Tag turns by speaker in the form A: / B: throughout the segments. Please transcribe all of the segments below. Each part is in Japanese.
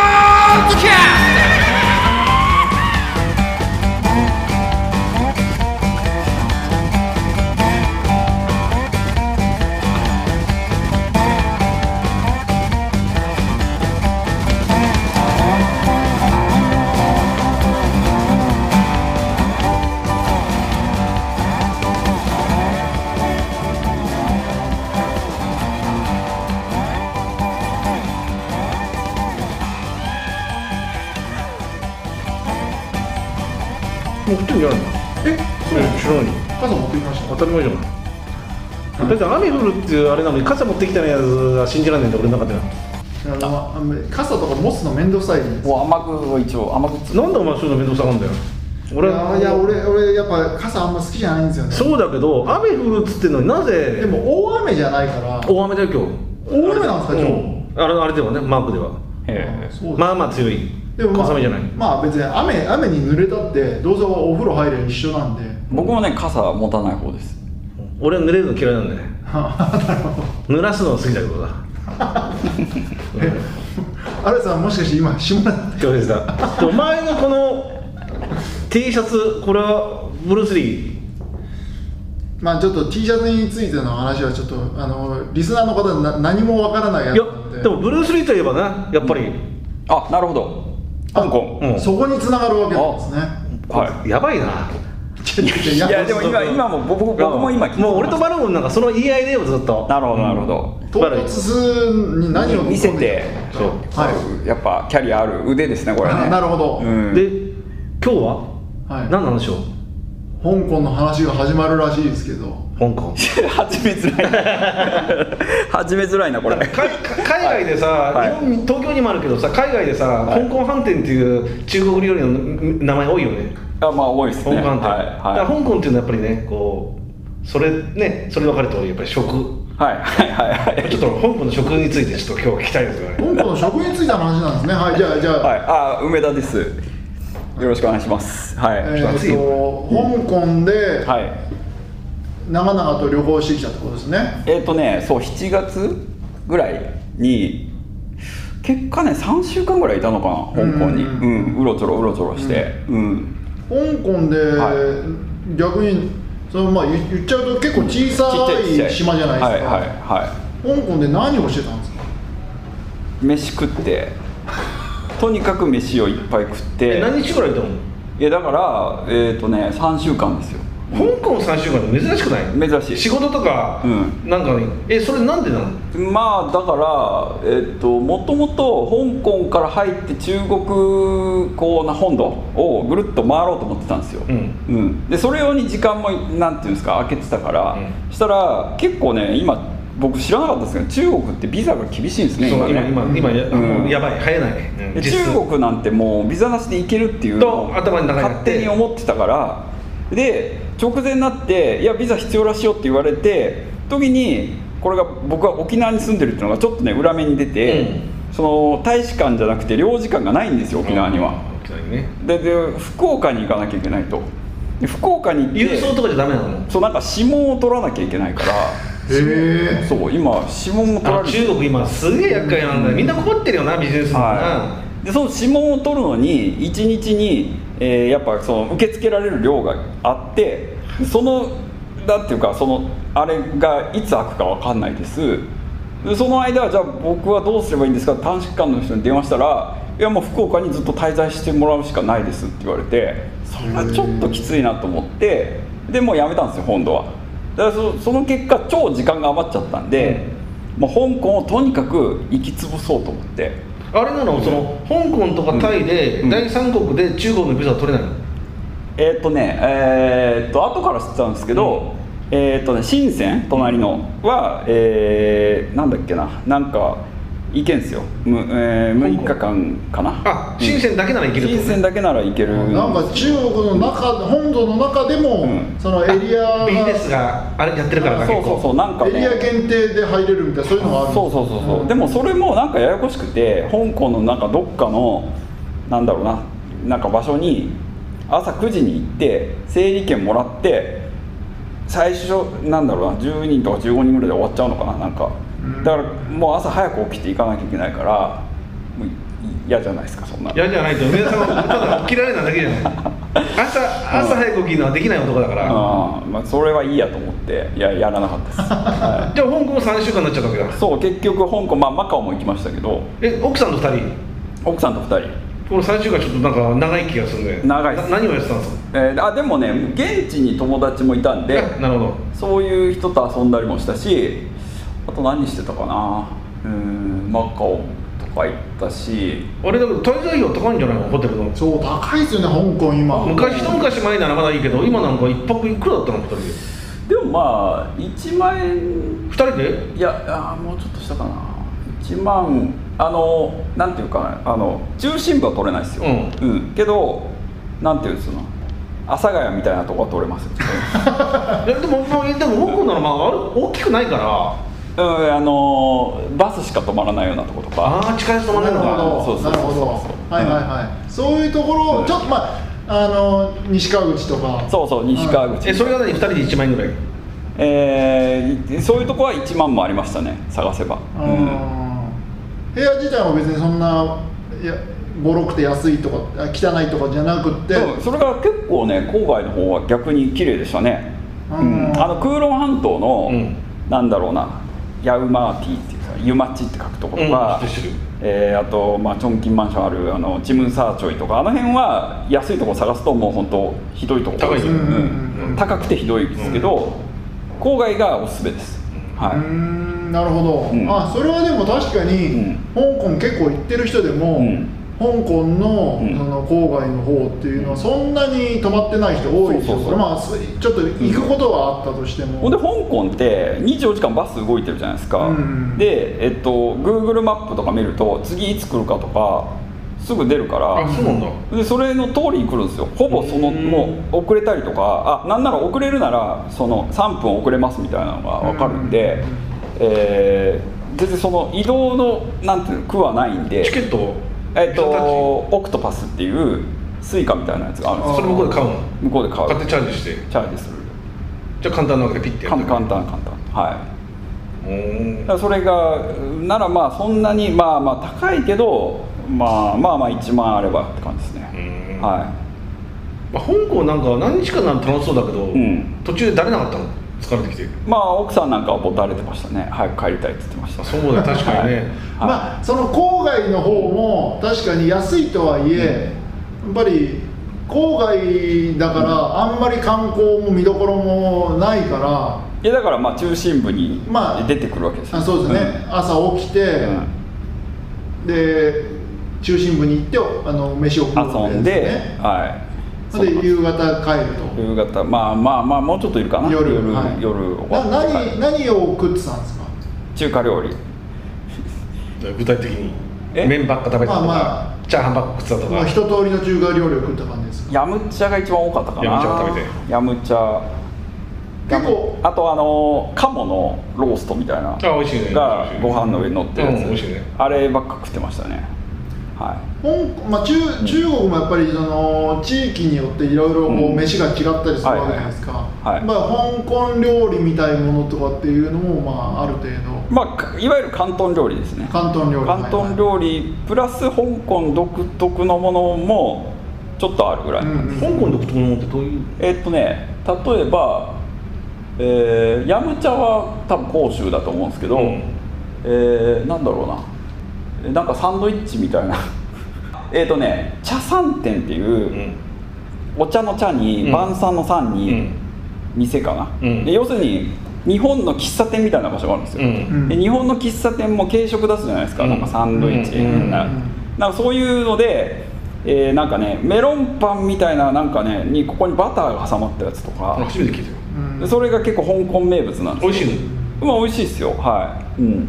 A: ッドキャス
B: 持ってんじゃないの
C: えそうなの
B: え知らないの
C: 傘持ってきました
B: 当たり前じゃないだって雨降るっていうあれなのに傘持ってきてないやつは信じられないんだ俺の中では
C: あのあの傘とか持つの面倒くさいじゃないです
D: もう雨具を一応雨具つ
B: なんでお前そういうの面倒くさがんだよ俺
C: かいやいや俺俺やっぱ傘あんま好きじゃないんですよね
B: そうだけど雨降るっつってんのになぜ
C: でも大雨じゃないから
B: 大雨だよ今日
C: 大雨なんですか今日
B: 日あれあれではねマークでは
D: え
C: そうです
B: まあまあ強い
C: でもまあ
B: 小雨じゃない
C: まあ別に雨雨に濡れたってどうせお風呂入れば一緒なんで
D: え僕もね傘は持たない方です
B: 俺は濡れるの嫌いなんだよね
C: なるほど
B: 濡らすのは好きだけどさ
C: アレさんもしかして今下田
B: 今日 でしたでお前のこの T シャツこれはブルース・リー
C: まあちょっと T シャツについての話はちょっとあのリスナーの方な何もわからないや
B: い
C: つなん
B: やでもブルース・リーといえばなやっぱり、
D: あなるほど香港
B: うん
C: そこに繋がるわけなんで
D: は
B: やばいな
C: すね
D: いいやでも今今も僕僕も今聞いて
B: もう俺とバルーンなんかその言い合いだよずっと
D: なるほどなるほど、
C: 唐突すに何を
D: 見せて
B: そう
C: は
D: やっぱキャリアある腕ですねこれ
C: あ
D: ね
C: なるほど
D: うん、
B: で今日は、
C: はい
B: 何なんでしょう
C: い香港の話が始まるらしいですけど
B: 香港
D: 始めづらい 始めづらいなこれ
B: 海海外でさ、
D: はい
B: 日本に東京にもあるけどさ海外でさ、香港飯店っていう中国料理のん名前多いよね
D: あまあ多いです
B: 香港
D: ね
B: 飯店、
D: はい
B: だ
D: は
B: から香港っていうのはやっぱりねこうそれねそれに分かる通りやっぱり食
D: いはいはいはいはい
B: ちょっと香港の食についてちょっと今日は聞きたいですよ
C: 香
B: ね
C: 港の職についての話なんですねはいじゃあじゃあ、
D: はい、あ梅田です。よろしくお願いします。はい。
C: えーっ
B: 暑い
C: と香港で
D: はい。
C: 長々と旅行してきたってことですね
D: えーっ、とね、そう7月ぐらいに結果ね3週間ぐらいいたのかな香港に、
C: う
D: うんんうろちょろうろちょろして、うん。
C: 香港で、
D: は
C: 逆にそのまあ言言っちゃうと結構小
D: ちっちゃ
C: さ
D: いちっちゃ
C: い
D: い
C: 島じゃないですか、
D: はいはいは
C: 香港で何をしてたんですか
D: い。飯食って、 とにかく飯をいっぱい食っ
B: え
D: て。
B: 何日ぐらいいたの
D: いやだからえーっ、とね3週間ですよ。
B: 香港3週間って珍しくない
D: 珍しい
B: 仕事とか、
D: うん
B: なんかにえそれなんでなの
D: まあだからえっ、ともともと香港から入って中国こうな本土をぐるっと回ろうと思ってたんですよ、
B: うん
D: うんでそれ用に時間もなんていうんですか空けてたから、
B: う
D: したら結構ね今僕知らなかったんですけど中国ってビザが厳しいんですね
B: そう今
D: ね
B: 今今や,、
D: うん
B: もうやばい入れないね、うん
D: で
B: 実質
D: 中国なんてもうビザなしで行けるっていうのを
B: と頭の中にあって
D: 勝手に思ってたからで直前になって「いやビザ必要らしいよ」って言われて時にこれが僕は沖縄に住んでるっていうのがちょっとね裏目に出て、
B: うん
D: その大使館じゃなくて領事館がないんですよ沖縄には、
B: 沖縄にね
D: でで福岡に行かなきゃいけないとで福岡に行って
B: 郵送とかじゃダメなの
D: そうなんか指紋を取らなきゃいけないから
C: へえ
D: そう今指紋も取ら
B: あの
D: れて
B: 中国今すげえ厄介なんだよみんな困ってるよなビジネスマンな、
D: はい、でその指紋を取るのに1日に、えーやっぱその受け付けられる量があってそのなんていうかそのあれがいつ開くかわかんないですでその間はじゃあ僕はどうすればいいんですかって短縮間の人に電話したら「いやもう福岡にずっと滞在してもらうしかないです」って言われてそれはちょっときついなと思ってでもうやめたんですよ今度はだからそその結果超時間が余っちゃったんで、もう香港をとにかく行き潰そうと思って
B: あれなのその香港とかタイで、
D: うん
B: 第三国で中国のビザ取れないの、
D: えーっとねえーっと後から知ったんですけど、えーっとね深セン隣のは、えーなんだっけななんか行けんすよ、むえー、6日間かな
B: あ深センだけならいけるって
D: 深
B: ことね
D: センだけなら行ける
C: なんか中国の中本土の中でも、
D: うん
C: そのエリアが
B: ビジネスがあれやってるからか
D: そうそうそうなんか
C: エリア限定で入れるみたいなそういうのがある
D: そうそうそうそう、でもそれもなんかややこしくて香港のなんかどっかのなんだろうななんか場所に朝9時に行って整理券もらって最初なんだろうな10人とか15人ぐらいで終わっちゃうのかななんか
C: うん
D: だからもう朝早く起きて行かなきゃいけないからもう嫌じゃないですかそんな
B: 嫌じゃないと梅田さんはただ起きられないだけじゃ ない朝朝早く起きるのはできない男だから
D: あー、まあ、それはいいやと思っていややらなかったです、は
B: じゃあ香港も3週間になっちゃったわけだ
D: い、そう結局香港、まあ、マカオも行きましたけど
B: え奥さんと2人
D: 奥さんと2人
B: この3週間ちょっとなんか長い気がするね
D: 長いです
B: な何をやってたんですか
D: えーあでもね現地に友達もいたんで
B: あなるほど
D: そういう人と遊んだりもしたしあと何してたかなうーんマカオとか行ったし
B: あれだけど滞在費は高いんじゃないのホテルの
C: そう高いですよね香港今
B: 昔一昔前ならまだいいけど今なんか一泊いくらだったの2人で
D: でもまあ1万円
B: 2人で
D: いやあーもうちょっとしたかな1万あのなんていうかなあの中心部は取れないですよ、
B: うん
D: けどなんていうんですか阿佐ヶ谷みたいなとこは取れますよ
B: いやでももうでも僕ならまああれ大きくないから
D: うんあのバスしか止まらないようなとことか
B: ああ近い人もね
C: なるほど
D: そうそ
C: な
D: うそうそう
C: るほどはいはいはいそういうところ
D: う
C: を
D: ん
C: ちょっとまああの西川口とか
D: そうそう西川口、
B: えそれが何2人で1万円ぐらい
D: えーそういうとこは1万もありましたね探せば、
C: う
D: うん
C: ん部屋自体も別にそんないやボロくて安いとかあ汚いとかじゃなくって
D: そうそれが結構ね郊外の方は逆に綺麗でしたね、
C: うん
D: うんあのクーロン半島の、
B: うん
D: なんだろうなヤウマーティっていうかユマチって書くところとか、
B: うん知ってる知ってる
D: えーあと、まあ、チョンキンマンションあるあのチムンサーチョイとかあの辺は安いとこ探すともう本当ひどいとこ
B: 高いよ
D: うん
B: うん
C: うんうん
D: 高くてひどいですけど、郊外がおすすめです、は
C: うー
D: い
C: んなるほど、
D: うん
C: あそれはでも確かに、
D: うん
C: 香港結構行ってる人でも、
D: うん
C: 香港の,、
D: うん
C: その郊外の方っていうのはそんなに泊まってない人多いですよ
D: そうそうそう
C: これまあすちょっと行くことはあったとしても、
D: ほんで香港って24時間バス動いてるじゃないですか、
C: うん
D: で、えっと、Google マップとか見ると次いつ来るかとかすぐ出るか
B: あそう
D: ら
B: なんだ
D: でそれの通りに来るんですよほぼその
B: うん
D: もう遅れたりとかあなんなら遅れるならその3分遅れますみたいなのが分かるんで、えー全然その移動のなんていうの苦はないんで
B: チケット
D: えっとオクトパスっていうスイカみたいなやつがあるんです
B: そ
D: よ
B: れ向こうで買うの
D: 向こうで買う
B: 買ってチャージして
D: チャージする
B: じゃあ簡単なわけでピッてや
D: 簡
B: る
D: 単簡単簡単は
B: お
D: い
B: ー
D: だからそれがならまあそんなにまあまあ高いけどまあまあまあ1万あればって感じです
B: う
D: ね、
B: ん
D: は
B: まあ、香港なんか何日間なら楽しそうだけど、
D: ん
B: 途中でだれなかったの疲れてきて
D: いまあ奥さんなんかはぼたれてましたね早く帰りたいって言ってました
B: あそうだよ確かにね
D: はい
C: まあその郊外の方も確かに安いとはいえ、やっぱり郊外だからあんまり観光も見どころもないから
D: いやだからまあ中心部に
C: まあ
D: 出てくるわけですよ
C: あそうですね、朝起きて、で中心部に行ってあの飯を食う
D: うん遊んで、はい
C: それで夕方帰る
D: 夕方まあまあまあもうちょっといるか
C: と
D: な
C: 夜
D: 夜,、
C: はい
D: 夜終
C: な
D: わって帰
C: 何
D: る
C: 何を食ってたんですか
D: 中華料理
B: 具体的に
D: え
B: 麺ばっか食べてたとか、
C: まあま
B: チャーハンばっか食ってたと
C: まあ
B: か
C: 一通りの中華料理を食った感じですか
D: ヤムチャが一番多かったかな
B: ヤムチャを食べて
D: ヤムチャ
C: 結構
D: あとあの鴨のローストみたいな
B: あ美味しいね
D: がご飯の上に乗ってる
B: うん美
D: や
B: 味
D: つ、
B: しいね
D: あればっか食ってましたねは
C: 香港まあ、中中国もやっぱりその地域によっていろいろこ
D: う
C: うん飯が違ったりするわけじゃないですか、
D: はいはい
C: まあ、香港料理みたいものとかっていうのも、まあ、ある程度
D: いまあかいわゆる広東料理ですね
C: 広東料理
D: 広東料理プラス香港独特のものもちょっとあるぐらい、
C: うんうん
B: 香港独特のものってどういう
D: えっとね例えば、えーヤムチャは多分広州だと思うんですけど、
B: うん
D: えーなんだろうなえなんかサンドイッチみたいな えっとね茶三店っていう、お茶の茶
B: う
D: に
B: ん
D: 晩餐の餐
B: う
D: に
B: ん
D: 店かな、
B: うん
D: で要するに日本の喫茶店みたいな場所があるんですよ、
B: うん
D: で日本の喫茶店も軽食出すじゃないですか、
B: うん
D: なんかサンドイッチ、
B: うんうん
D: ななんかそういうので、えーなんかねメロンパンみたいななんかねにここにバターが挟まったやつと
B: あ
D: か、
B: 初めて聞いたよ
C: うん
D: でそれが結構香港名物なんです
B: 美
D: よ
B: 味しいの
D: まあ美味しいですよはい、うん、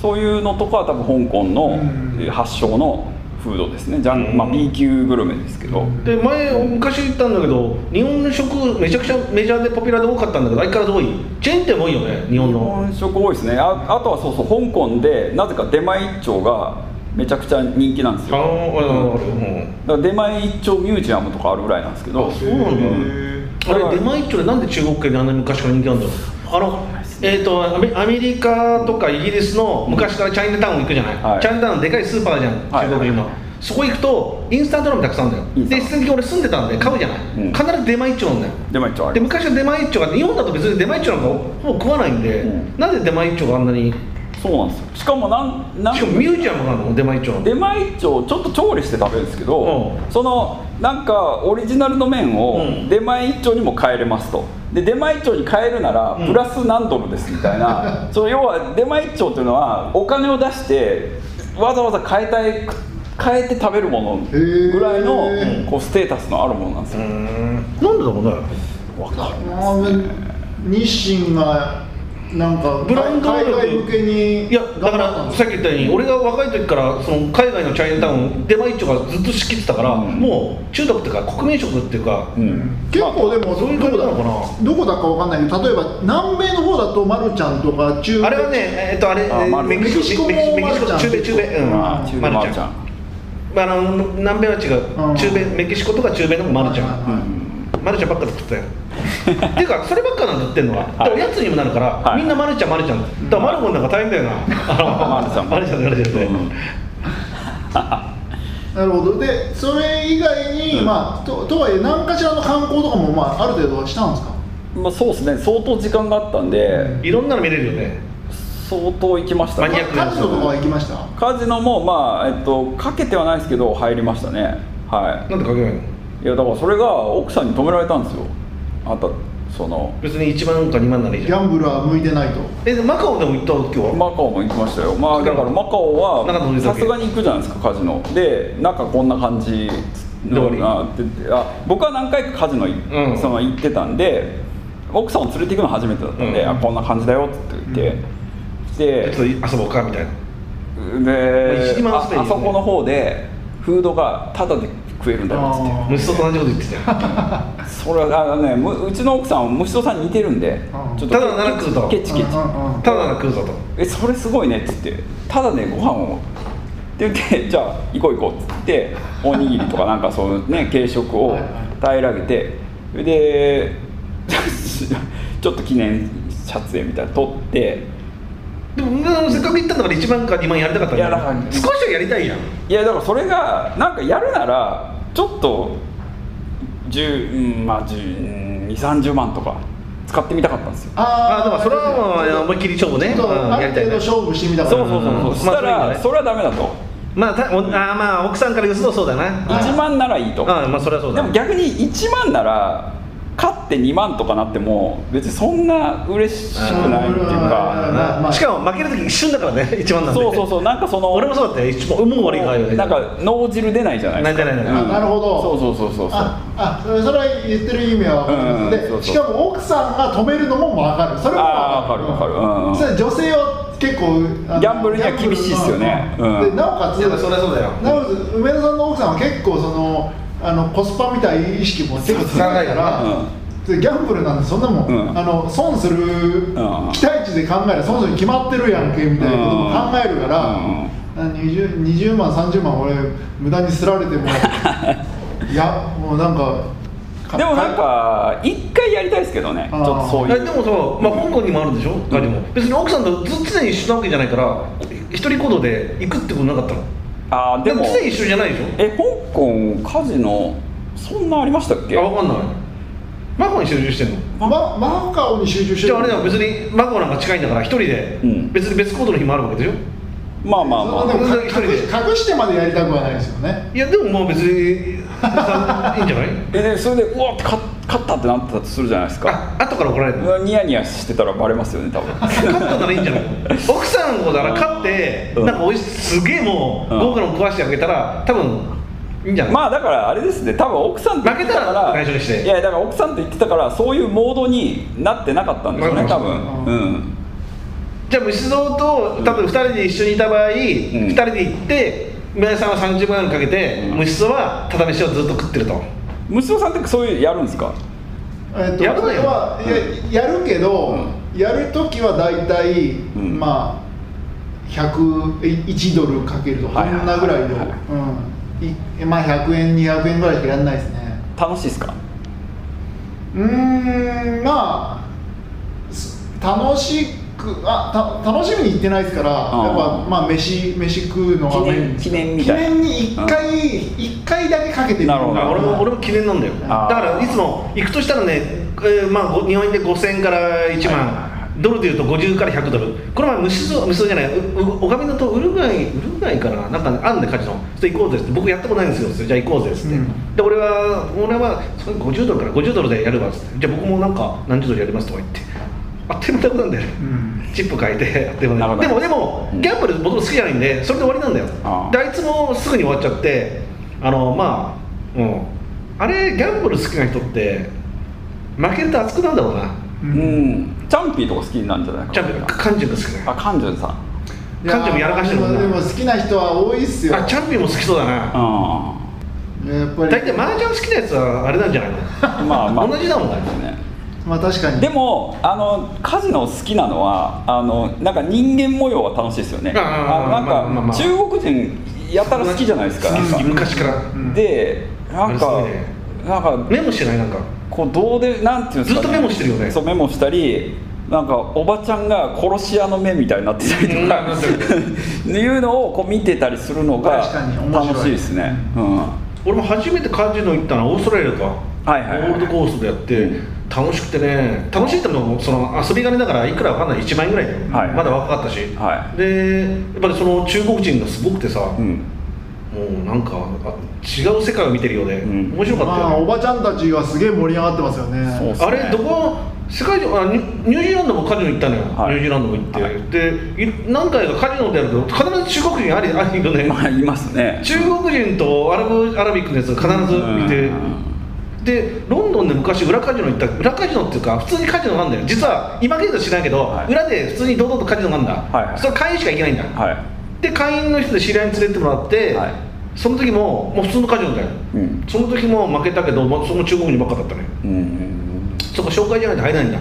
D: そういうのとかは多分香港の
C: うん
D: えー発祥のフードですねじゃん、まあ、
B: うん
D: B 級グルメですけど、
B: で前昔言ったんだけど日本の食めちゃくちゃメジャーでポピュラーで多かったんだけど相変わらず多いチェーン店も多いよね日本
D: 日
B: の
D: 本食多いですねああとはそうそう香港でなぜか出前一丁がめちゃくちゃ人気なんです
B: ああ
D: よ
B: あるうん
D: だから出前一丁ミュージアムとかあるぐらいなんですけど
B: あそうなんだ
C: へ
B: あれ出前一丁でなんで中国圏であんなに昔から人気なんだろうあの
D: ですね
B: えー、とアメアメリカとかイギリスの昔からチャイナタウン行くじゃない、
D: はい
B: チャイナタウンでかいスーパーじゃん、
D: はい
B: 中国人の、そこ行くとインスタントラーメンたくさんあるんだ
D: イン
B: よ
D: スタン
B: で鈴木俺住んでたんで買うじゃない、
D: うん
B: 必ず出前一丁なんだよ
D: でも一応あ
B: で
D: り
B: 昔は出前一丁があって日本だと別に出前一丁なんかほぼ食わないんで、
D: うん
B: なんで出前一丁があんなにし
D: そうなんですよしかもなんなん
B: かもミュージアムがあるの出前一丁なんて
D: 出前一丁ちょっと調理して食べるんですけど、
B: う
D: そのなんかオリジナルの麺
B: う
D: を
B: ん
D: 出前一丁にも変えれますとで出前一丁に変えるなら
B: うん
D: プラス何ドルですみたい な、その要は出前一丁というのはお金を出してわざわざ変えたい変えて食べるものぐらいの
C: へー
D: こうステータスのあるものなんです
B: うー
D: よ、
B: んなんでだろうね
D: わかる
C: あー日清がなんか
B: ブランド
C: 海
B: 力
C: 外向けに
B: いやだからさっき言ったように俺が若い時からその海外のチャイナタウン出前一丁がずっと仕切ってたから、
D: うん
B: もう中毒っていうか国民食っていうか、
D: うん
C: 結構でも
B: そういうとこなのかな
C: どこだかわかんないけど例えば南米の方だとマルちゃんとか中
B: あれはねえっとあれ
D: あまる
B: メキシコ
C: メ
B: メ
C: キシコもまる
B: キシコ
C: ちゃん
B: 中米中米うん
D: まあ中
B: ま
D: 丸
B: る
D: ち
B: ち
D: ゃ
B: ゃ
D: ん
B: ん、まあ、あの南米は違う、
C: うん
B: 中米メキシコとか中米のもマルちゃん、
C: はい
D: うん
B: マルちゃんばっか作ったよっていうかそればっかなんだってんのは、だからおやつにもなるから、
D: はい
B: みんなマルちゃんマルちゃんだからマルゴンなんか大変だよな、
D: マルちゃん
B: マルちゃんマルちゃんって
D: うん
C: なるほどでそれ以外に、まあととはいえ何かしらの観光とかも、まあ、ある程度はしたんですか
D: まあ、そうですね相当時間があったんで
B: いろんなの見れるよね
D: 相当行きました
B: マニアックな
C: カ
B: やつ
C: ジノとかは行きました
D: カジノもまあえっとかけてはないですけど入りましたねは
B: なんでかけないの
D: いいやだからそれが奥さんに止められたんですよあんたその
B: 別に1万か2万ならいい
C: ギ
B: じゃん
C: ャンブルは向いてないと
B: えでマカオでも行ったの今日は
D: マカオも行きましたよまあ
B: カジ
D: だ
B: ノ
D: からマカオ
B: 中
D: は
B: の
D: さすがに行くじゃないですかカジノでなんかこんな感じの
B: 通り
D: あってあ僕は何回かカジノい、
B: うん
D: その行ってたんで奥さんを連れて行くの初めてだったんで、
B: うん
D: あこんな感じだよって言って、で
B: ちょっと遊ぼうかみたいな
D: で
B: 一番
D: あ
B: スペイン
D: あ
B: です
D: そ
B: ね
D: この方でフードがタダで食えるんだよっつっ
C: あ
B: 虫と同じこと言ってたよ
D: てそれはあのねむうちの奥さんは虫戸さんに似てるんで
C: うん
D: ちょっと
B: タダなら食うと
D: ケチケチケチ
C: うんうんうん
B: ただなら食うぞと
D: えそれすごいねっつってタダでご飯をって言って じゃあ行こう行こうっつっておにぎりとかなんかそのね軽食を
C: はいはい
D: 平らげてそれで ちょっと記念撮影みたいなの撮って
B: でもうんせっかく行ったんだから1万か2万やりたかったんだよ
D: いやだから
B: 少しはやりたいじゃん
D: いやだからそれがなんかやるならちょっと10うんまあ1 2 3 0万とか使ってみたかったんですよ
B: ああでもそれはまあいや思いっきり勝負ね
C: ちょっと
B: うん
C: ある
B: やりた
C: 程
B: い
C: 度
B: ね
C: 勝負してみたか
D: そう
C: ら
D: そうそうそう、
B: うん
D: そした
B: まあそういうの
D: ら
B: ね
D: それはダメだと
B: まあたおあーまあ奥さんから言うとそうだな
D: 1万ならいいと、
B: うんまあそれはそう
D: で
B: だ
D: も逆に1万なら勝って2万とかなっても別にそんな嬉しくないっていう
C: うん
D: か
C: まあまあ
B: しかも負ける時一瞬だからね1 万なんで
D: そうそうそうなんかその
B: 俺もそうだったよ一番もう悪いからよね
D: なんか脳汁出ないじゃないですか
B: 出ない出な
C: あ
B: い
C: なるほど
D: そうそうそうそうそう
C: ああそれそれは言ってる意味は分かります、
D: うん
C: で
D: そうそう
C: しかも奥さんが止めるのも分かるそれも
D: あー
C: 分
D: わ
C: か
D: か
C: る
D: るわかるうんうん
C: それ女性は結構あの
D: ギャンブルには厳しいっすよね
C: ギャンブル
D: うん
C: でなおかつ
B: いやそりゃそうだよ
C: なおかつ梅田さんの奥さんは結構そのあのコスパみたい意識も結構高いから、でギャンブルなんてそんなもん、
D: うん
C: あの損する、
D: ん
C: 期待値で考えたら損するに決まってるやんけみたいなことも考えるから、あ 20, 20万30万俺無駄にすられて もいやもうなんか
D: でもなんか一回やりたいですけどねちょ
C: あー
D: っとそうい
B: え
D: う
B: でもさ、まあ、香港にもあるんでしょ、他にも別に奥さんとず常に一緒なわけじゃないから一人行動で行くってことなかったの
D: あー
B: で
D: で
B: も
D: も
B: 常に一緒じゃないでし
D: え香港カジノそんなありましたっけ
B: ょあ分かんないマコに集中してんの
C: まマカオに集中して
B: じゃああれだよ別にマコなんか近いんだから一人で、
D: うん
B: 別に別行動の日もあるわけでしょ
D: まあまあま
C: そ
D: あ
C: んなでも隠
B: 一人で
C: 隠してまでやりたくはないですよね
B: いやでもまあ別にさ いいんじゃない
D: えでそれでうわって勝勝ったってなったとするじゃないですか
B: あ後から怒られる
D: う
B: の
D: わニヤニヤしてたらバレますよね多分
B: 勝ったならいいんじゃない奥さんをだから勝って、
D: うん
B: なんかおいしすげえもう、
D: うん
B: 豪華なの食わしてあげたら多分いいんじゃない、
D: まあだからあれですね多分奥さんと言ってたか
B: 負けたら内緒にして
D: いやだから奥さんと言ってたからそういうモードになってなかったんですよね
B: わ
D: 多
B: かりま
D: 分
C: う
D: うん
B: じゃあ虫蔵と多分2人で一緒にいた場合、二2人で行って宮井さんは30万円かけて、
D: うん
B: 虫蔵はただ飯をずっと食ってると
D: 虫戸さんってそういうやるんですか
C: えっと
B: やるのよ
C: はややるけど、やるときは大体、
D: ん
C: まあ101ドルかけるとこ
D: はいはい
C: んなぐらいの、
D: はい
C: うんいまあ100円200円ぐらいしかやんないですね
D: 楽しいですか
C: うーんまあす楽しくあた楽しみに行ってないですからや
D: うん
C: っぱまあ飯飯食うのが
D: 記
C: メイ
D: 念
C: ン
D: 記念みたいな
C: 記念に1回一回だけかけてみ
D: なるほど
B: あ俺も俺も記念なんだよだ
D: あー
B: からいつも行くとしたらね、えーまあ、ご日本円で5000円から1万、ドルでいうと50から100ドルこの前虫草虫草じゃないうおかみのとウルグアイウルグアイかななんか、ね、あんねカジノちょっと行こうぜって僕やったことないんですよじゃあ行こうぜっつって、
C: うん
B: で俺は俺はそれ50ドルから50ドルでやるわっつってじゃあ僕もなんか何十ドルやりますとか言ってあっという間なくなるんだよね、
C: うん
B: チップ変えてでも
D: なるほ
B: ね
D: ど
B: でもでもギャンブル僕も好きじゃないんでそれで終わりなんだよ
D: あー
B: であいつもすぐに終わっちゃってあのまあうんあれギャンブル好きな人って負けると熱くなるんだろうな
C: う
D: うんんチャンピーとか好きなんじゃないか
B: ちゃんと感じが好きだ
D: あカンジュンさん
C: いや
B: カンちゃんもやらかしてるもんな
C: でも好きな人は多いっすよ
B: あチャンピオンも好きそうだな
D: う
C: やっぱり
B: 大体麻雀好きなやつはあれなんじゃないの
D: ん まあまあ
B: 同じだもんね
D: ね
C: まあ確かに
D: でもあのカジノ好きなのはあのなんか人間模様は楽しいですよね
B: ああ
D: あのなん
B: まあまあま
D: か
B: あ
D: 中国人やたら好きじゃないですかなん
B: 好き
D: か
B: 昔から
C: うん
D: でなん
B: あ
D: か
B: れすごいね
D: なんか
B: メモしてないなんか
D: こうどうでなんていうんですか、
B: ずっとメモしてるよね
D: そうメモしたりなんかおばちゃんが殺し屋の目みたいになってたり
B: うん
D: とか
B: なってる
D: いうのをこう見てたりするのが
C: 確かに面白い
D: 楽しいですねうん
B: 俺も初めてカジノ行ったのはオーストラリアか、
D: はいはいはい
B: オールドコーストでやって、楽しくてね楽しいってもその遊び金だからいくらわかんない1万円ぐらいだよ、
D: はい
B: まだ若かったし、
D: は
B: でやっぱりその中国人がすごくてさ、
D: う
B: も
D: ん
B: うなんかあ違う世界を見てるようで、
D: うん
B: 面白かった
C: まあ
B: よ、
C: おばちゃんたちがすげえ盛り上がってますよね
D: そうっす
B: あれどこ世界中あニュニュージーランドもカジノ行ったのよ、
D: はい
B: ニュージーランドも行って、
D: はい
B: でい何回かカジノでやると必ず中国人ありありよね、
D: まあいますね
B: 中国人とアラブアラビックのやつ必ず見て、
D: うん
B: でロンドンで昔裏カジノ行った裏カジノっていうか普通にカジノなんだよ実は今現在しないけど、
D: はい
B: 裏で普通に堂々とカジノなんだ、
D: はいはい
B: それ会員しか行けないんだ、
D: はい
B: で会員の人で知り合いに連れてってもらって、
D: はい
B: その時ももう普通のカジノだよ、
D: うん
B: その時も負けたけどもうその中国人ばっかだったね
D: うん
B: そこ紹介じゃないと入れないんだ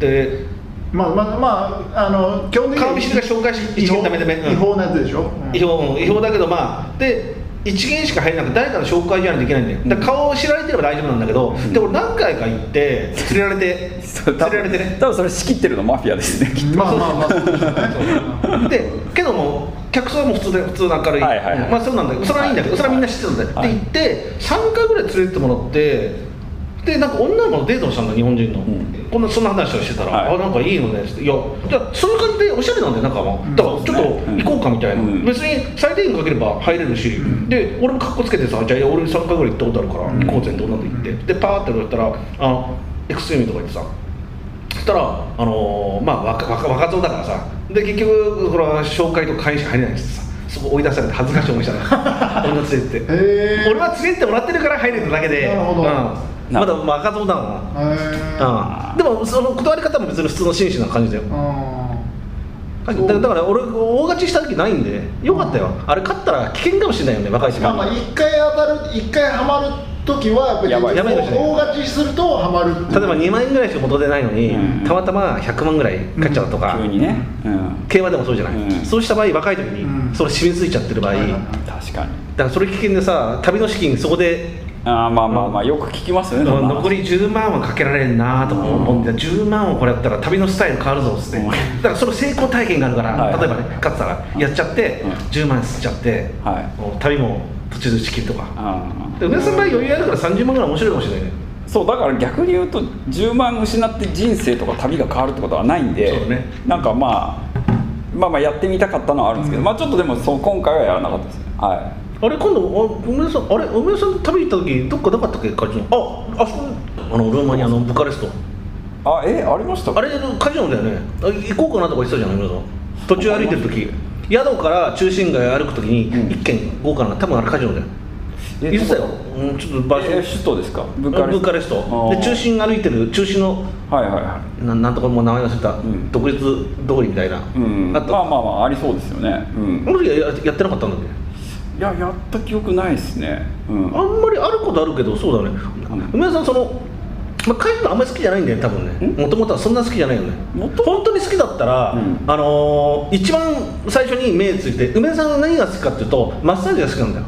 B: で
C: まあまあまああの基本的に
B: 顔見知りが紹介し一応ダメダメうん
C: 違法なやつでしょ、うん
B: 違法違法だけどまあで一元しか入れなくて誰かの紹介じゃないといけないんだよだから顔を知られてれば大丈夫なんだけど、で俺何回か行って連れられて
D: そう
B: 連
D: 多
B: れられ
D: 分
B: てね
D: 多分それ仕切ってるのマフィアですねきっ
C: まあまあまあそうで しょうね
B: でけども客層も普通で普通の明るい,、
D: はいはいはい
B: まあそうなんだけどそれはいいんだけど、
D: はい
B: それはみんな知ってたんだよ、
D: はい
B: で行って3回ぐらい連れてってもらってでなんか女の子のデートをしたんだ日本人の、
D: ん
B: こんなそんな話をしてたら、
D: はい
B: あなんかいいよねっていやじゃあそういう感じでおしゃれなんだよなんかもうだからちょっと行こうかみたいな、
D: うん
B: 別に最低限かければ入れるし、
C: ん
B: で俺もかっこつけてさじゃあいや俺3回ぐらい行ったことあるから
C: うん
B: 行こうぜって女と行って、
C: うん
B: でパーって乗ったらあのエクストリームとか行ってさそしたら、あのーまあ、若若若造だからさで結局これは紹介と会員しか入れないんですさそこ追い出されて恥ずかしい思いしたか ら俺の連れてって
C: へえ
B: 俺は連れてってもらってるから入れただけで
C: なるほど
B: うん
D: な
B: まだ若造だもん
C: へー
B: な、うん、でもその断り方も別に普通の紳士な感じだよだ
C: そう
B: だから俺大勝ちした時ないんでよかったよあれ勝ったら危険かもしれないよね若いし
C: まあまあ一回当たる一回ハマる時はや
D: や
C: っぱ
D: ばい
C: り
B: やばいですね
C: 大勝ちするとハマるっていう
B: 例えば2万円ぐらいしか元出ないのに、
D: うん
B: たまたま100万ぐらい勝っちゃうと
D: と
B: か、
D: 急にねうん
B: 競馬でもそうじゃない、
D: うん
B: そうした場合若い時に、
C: うん
B: それ染みついちゃってる場合、
C: はいはい
B: だ
C: はい
D: 確かに
B: からそれ危険でさ旅の資金そこで、
D: あーまあまあまあよく聞きますよねそんな話
B: 残り10万はかけられんなとか思って、10万をこれやったら旅のスタイル変わるぞっつって、
D: うん
B: だからその成功体験があるから、
D: はい
B: 例えばね勝ってたらやっちゃって、
D: うん
B: 10万吸っちゃって、
D: はい
B: もう旅も途中で資金とか
D: うん
B: で梅田さんの場合余裕あるから30万ぐらい面白いかもしれないね
D: そうだから逆に言うと10万失って人生とか旅が変わるってことはないんで
B: そうね
D: なんかまあまあまあやってみたかったのはあるんですけど、まあちょっとでもそう今回はやらなかったですねは
B: あれ今度お梅田さんあれ梅田さん旅行った時どっかなかったっけカジノああそこあのルーマニアのブカレスト
D: いあえありました
B: あれカジノだよねあ行こうかなとか言ってたじゃない皆さん途中歩いてる時宿から中心街歩く時
D: うん
B: に一軒行こうかな多分あれカジノだよ
D: え
B: 言ってたよ
D: どこ、
B: うん、ちょっと場所
D: え首都ですかブ
B: ブ
D: カレスト
B: カレストで中心歩いてる中心の
D: はいはいは
B: ななんとかもう名前忘れた、
D: ん
B: 独立通りみたいな、
D: いうん
B: あと、
D: まあまあまあありそうですよねうん
B: あの時はややってなかったんだっけ
D: いややった記憶ないですねうん
B: あんまりあることあるけどそうだね
D: ん
B: 梅田さんその、まあ、カジノあんまり好きじゃないんだよね多分ね
D: ん
B: もともとはそんな好きじゃないよね
D: 元々
B: 本当に好きだったら、
D: うん
B: あのー一番最初に目ついて梅田さんが何が好きかっていうとマッサージが好きなんだよ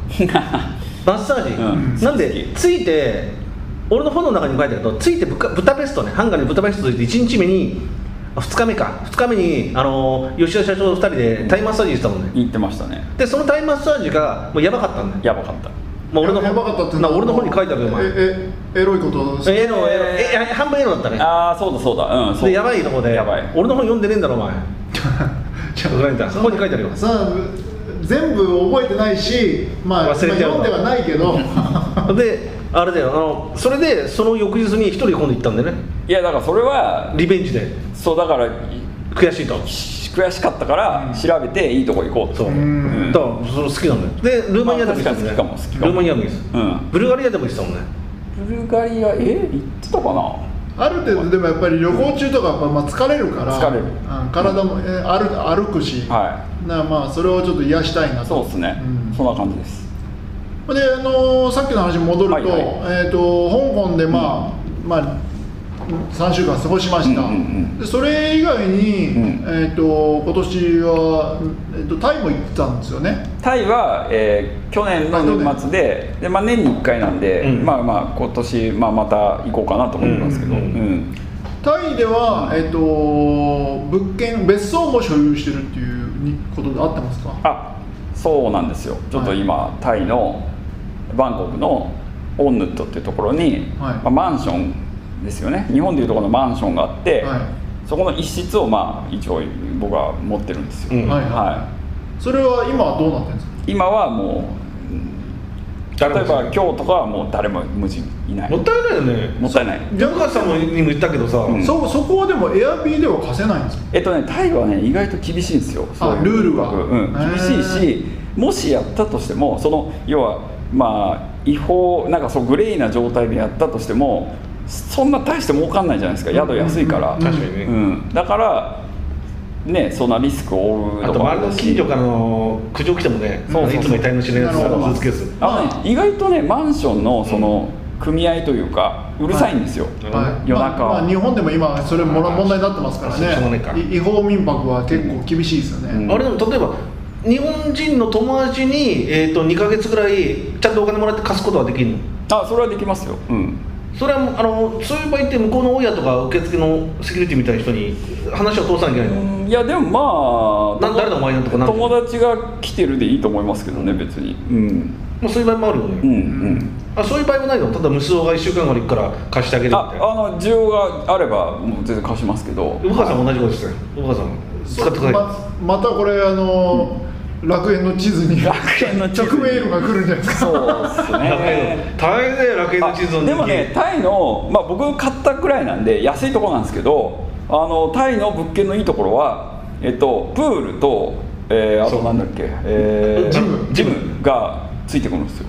B: マッサージ、
D: うん
B: なん
D: 好
B: で
D: き
B: ついて俺の本の中にも書いてあるとついてブカブタペストねハンガリーのブタペストついて1日目にあ2日目か2日目にあの吉田社長と2人でタイマッサージしたもんね
D: 行ってましたね
B: でそのタイマッサージがもうやばかったんだよ
D: やばかった
B: まあ、俺の
C: やばかったって
B: な俺の方に書いてあるよお前
C: ええエロいことです
B: えエロエロえ半分エロだったね
D: ああそうだそうだうんそう
B: でやばいとこで
D: やばい
B: 俺の本読んでねえんだろお前ちょっとごめんなさいそこに書いてあるよ
C: さあ全部覚えてないしまあ
B: 忘れ
C: ま
B: て
C: あ読
B: よ
C: んではないけ ど
B: であれだよあのそれでその翌日に一人で今度行ったんだよね
D: いやだからそれは
B: リベンジで
D: そうだから
B: 悔しいと
D: し悔しかったから調べていいとこ行こうと
B: そう、
C: ん
B: だからそれ好きなんだよでルーマニアでも行ってたもんね、
D: まあ確かに好きかも好きかも
B: ルーマニアでも行ってた、
D: うん
B: ブルガリアでも行ってたもんね
D: ブルガリアえ行ってたかな
C: ある程度でもやっぱり旅行中とかやっぱまあ疲れるから
D: 疲れる
C: うん体も、えー歩歩くし、
D: は
C: なまあそれをちょっと癒したいないと
D: そうですね、
C: うん
D: そんな感じです
C: であのーさっきの話に戻ると,、
D: はいはい
C: えー、と香港で、まあまあ、3週間過ごしました、
D: うんうんうん
C: でそれ以外に、
D: うん
C: えー、と今年は、えー、とタイも行ってたんですよね
D: タイは、えー去年の年末でで、まあ、年に1回なんで、
B: うん
D: まあまあ今年、まあ、また行こうかなと思ってますけ
B: う
D: ど、
B: んうん
C: タイでは、えー、と物件別荘も所有してるっていうにことで合ってますか
D: あそうなんですよちょっと今、タイのバンコクのオンヌットっていうところに、
C: はい
D: まあ、マンションですよね日本でいうところのマンションがあって、
C: はい
D: そこの一室をまあ一応僕は持ってるんですよ、
B: うん
C: はい
D: は
C: それは今はどうなってるんですか
D: い、今はもう例え
B: 誰も
D: ば
B: いない
D: 今日とかはもう誰も無人いない
B: もったいないよね
D: もったいない
B: ジャムカさんもにも言ったけどさ、
D: ん
C: そそこはでもエアビーでは貸せないんですか
D: えっとねタイはね意外と厳しいんですよそういう
C: ルールが
D: うん、厳しいしもしやったとしてもその要はまあ違法なんかそうグレーな状態でやったとしてもそんな大して儲かんないじゃないですか宿安いから、
C: う
D: うんん
B: 確かにね、
D: だからねそんなリスクを負う
B: あと
D: とか
B: 周りの近所からの苦情来てもね
D: そうそうそう
B: いつも遺体の知り合いのやつ
C: なる
B: の
C: ほど
B: スーツケース
D: あのね意外とねマンションのその組合というかうるさいんですよ、
B: うん
C: はい、
D: 夜中は
C: まあまあ、日本でも今それもろ問題になってますから
B: あそうしょうがないか
C: ねい違法民泊は結構厳しいですよね、
D: うん
B: あれでも例えば日本人の友達に、えー、と2か月ぐらいちゃんとお金もらって貸すことはできるの
D: あそれはできますよ、うん、
B: それはあのそういう場合って向こうの親とか受付のセキュリティみたいな人に話を通さなきゃいけないの、
D: いやでもまあ
B: な誰のお前のとこなんだ
D: 友達が来てるでいいと思いますけどね別にうん
B: もうそういう場合もあるよ
D: うん
B: ね、
D: うん
B: あそういう場合もないのただ無数が1週間ぐらい行くから貸してあげるみ
D: あ
B: たいな
D: あの需要があればもう全然貸しますけど
B: ウカさんも同じことですよウカさんも使ってくださ
C: ままたこれあのー、楽園の地図に
D: 楽園の地図に
C: 直メールが来るんじゃないですか
D: そうです
B: い 楽園
D: ね
B: の大変だよ楽園の地図
D: あ
B: の
D: でもねタイの、まあ、僕買ったくらいなんで安いところなんですけどあのタイの物件のいいところは、えっと、プールと、えーあとなんだっけ、えー
B: ジ
C: ム
D: ジムがついてくるんですよ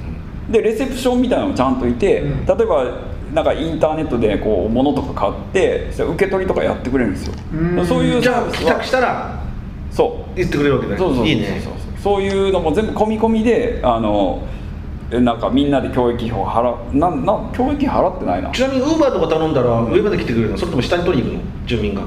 D: でレセプションみたいなのもちゃんといて、
C: うん
D: 例えばなんかインターネットでこう物とか買ってそしたら受け取りとかやってくれるんですよ
C: うん
D: そういう
B: じ
D: サー
B: ゃあ
D: ビス
B: 帰
D: は
B: 宅したら
D: そう
B: 言ってくれるわけだよ
D: そうそうそうそう
B: いいね
D: そういうのも全部込み込みであのえなんかみんなで教育費を払うなんなん教育費払ってないな
B: ちなみにウーバーとか頼んだら上まで来てくれるのそれとも下に取りに行くの住民が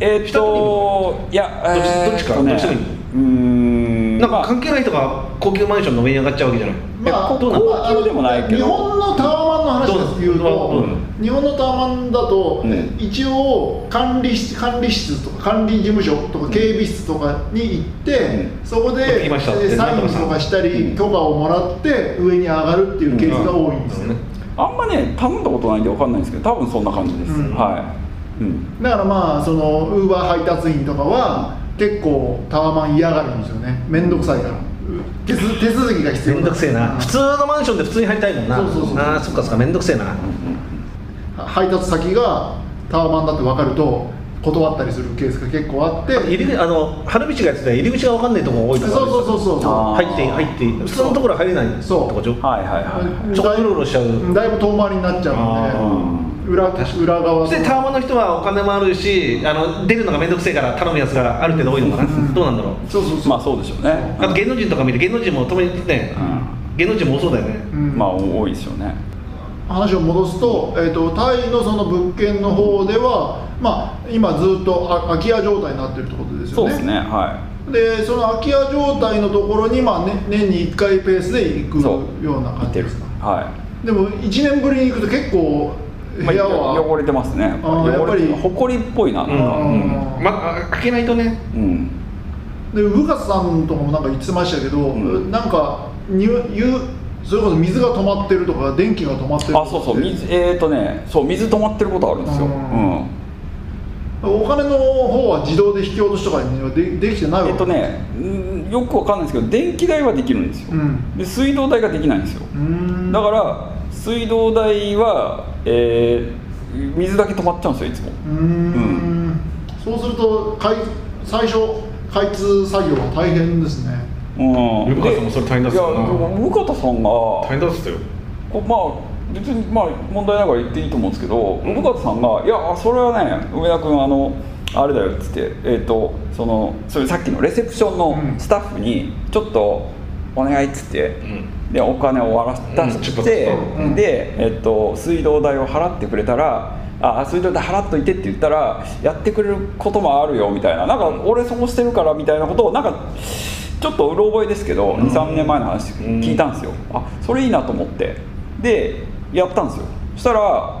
D: えーっといや
B: どっち
D: えー
B: どっちか
D: と
B: どっちでもいいう
D: ーん
B: なんか
D: まあ
B: 関係ない人が高級マンションの上に上がっちゃうわけじゃない
D: いやこ
C: どうな
D: 高級でもないけど
C: 日本のタワマンの話です言う
B: どう
C: と
B: なの
C: 日本のタワマンだと、
D: うん
C: 一応管理室管理室とか管理事務所とか警備室とかに行って、
D: う
C: そこで
B: 行ってきました
C: えーサインとかしたり、
D: うん
C: 許可をもらって上に上がるっていうケースが多いんですよ、
B: うん
D: あんまね頼んだことないんでわかんないんですけど多分そんな感じです、
C: うん
D: はい、うん、
C: だからまあそのウーバー配達員とかは結構タワマン嫌がるんですよね面倒くさいから手続手続きが必要
B: 面倒くせえな普通のマンションで普通に入りたいもんな
C: そうそうそう
B: あーそっかそっか面倒くせえな
C: 配達先がタワマンだって分かると断ったりするケースが結構あって
B: 入り口あの春道がやってたら入り口が分かんないとこが多いと
C: そう
B: か
C: そうそうそう
D: あ
C: そ
B: 入っていい入っていい普通のところは入れない
C: そう
B: とこでしょ
D: はいはいは
C: う
B: ちょっとうろうろしちゃう
C: うんだいぶ遠回りになっちゃうんで裏裏側
B: そしてタワマンの人はお金もあるしあの出るのが面倒くせえから頼むやつがある程度多いのか
C: うん
B: などうなんだろう
C: そうそう
D: い
C: そう、
D: まあそうでしょうね
B: あと芸能人とか見て芸能人も止めてね
D: うん
B: 芸能人も多そうだよね
C: うん
D: まあ多いですよね
C: 話を戻すと,、えー、とタイのその物件の方では、まあ、今ずっとあ空き家状態になってるってことですよ
D: そう
C: ね
D: ですねは
C: でその空き家状態のところに、まあね、年に1回ペースで行
D: いそう
C: くような
D: 行
C: 感
D: って
C: じ
D: る
C: ですか
D: は
C: でも1年ぶりに行くと結構
D: まあ、
C: 部屋は
D: 汚れてますね
C: あー
D: 汚れて
C: やっぱり
D: ほこりっぽいな、
B: うん
C: あー
B: まあ開けないとね
D: うん
C: で宇賀さんとかもなんか言ってましたけど、
D: ん
C: なんかにゆそれこそ水が止まってるとか電気が止まってるとか
D: あそうそう水えっ、とねそう水止まってることあるんですよ、
C: う
D: うんん
C: お金の方は自動で引き落としとかにはでできてないわ
D: えっ、とねうんよくわかんないですけど電気代はできるんですよ、
C: うん
D: で水道代ができないんですよ
C: うーん
D: だから水道代は、えー水だけ止まっちゃうんですよいつも
C: うーんそうすると開最初開通作業は大変ですね
D: うん
B: 向川さんもそれ大変だっすよ
D: いや
B: な
D: でも向方さんが
B: 大変だっすよ
D: こまあ別にまあ問題ないから言っていいと思うんですけど向方さんが「いやそれはね梅田君あのあれだよ」っつって、えー、とそのそれさっきのレセプションの
C: うん
D: スタッフに「ちょっとお願い」っつって。
B: うん
D: でお金を渡
B: うん
D: し
B: ちょ
D: て
B: っと、
C: うん
D: で、えっと、水道代を払ってくれたらあ水道代払っといてって言ったらやってくれることもあるよみたいななんか俺そうしてるからみたいなことをなんかちょっとうろ覚えですけど、23年前の話
B: うん
D: 聞いたんですよ、あそれいいなと思ってでやったんですよそしたら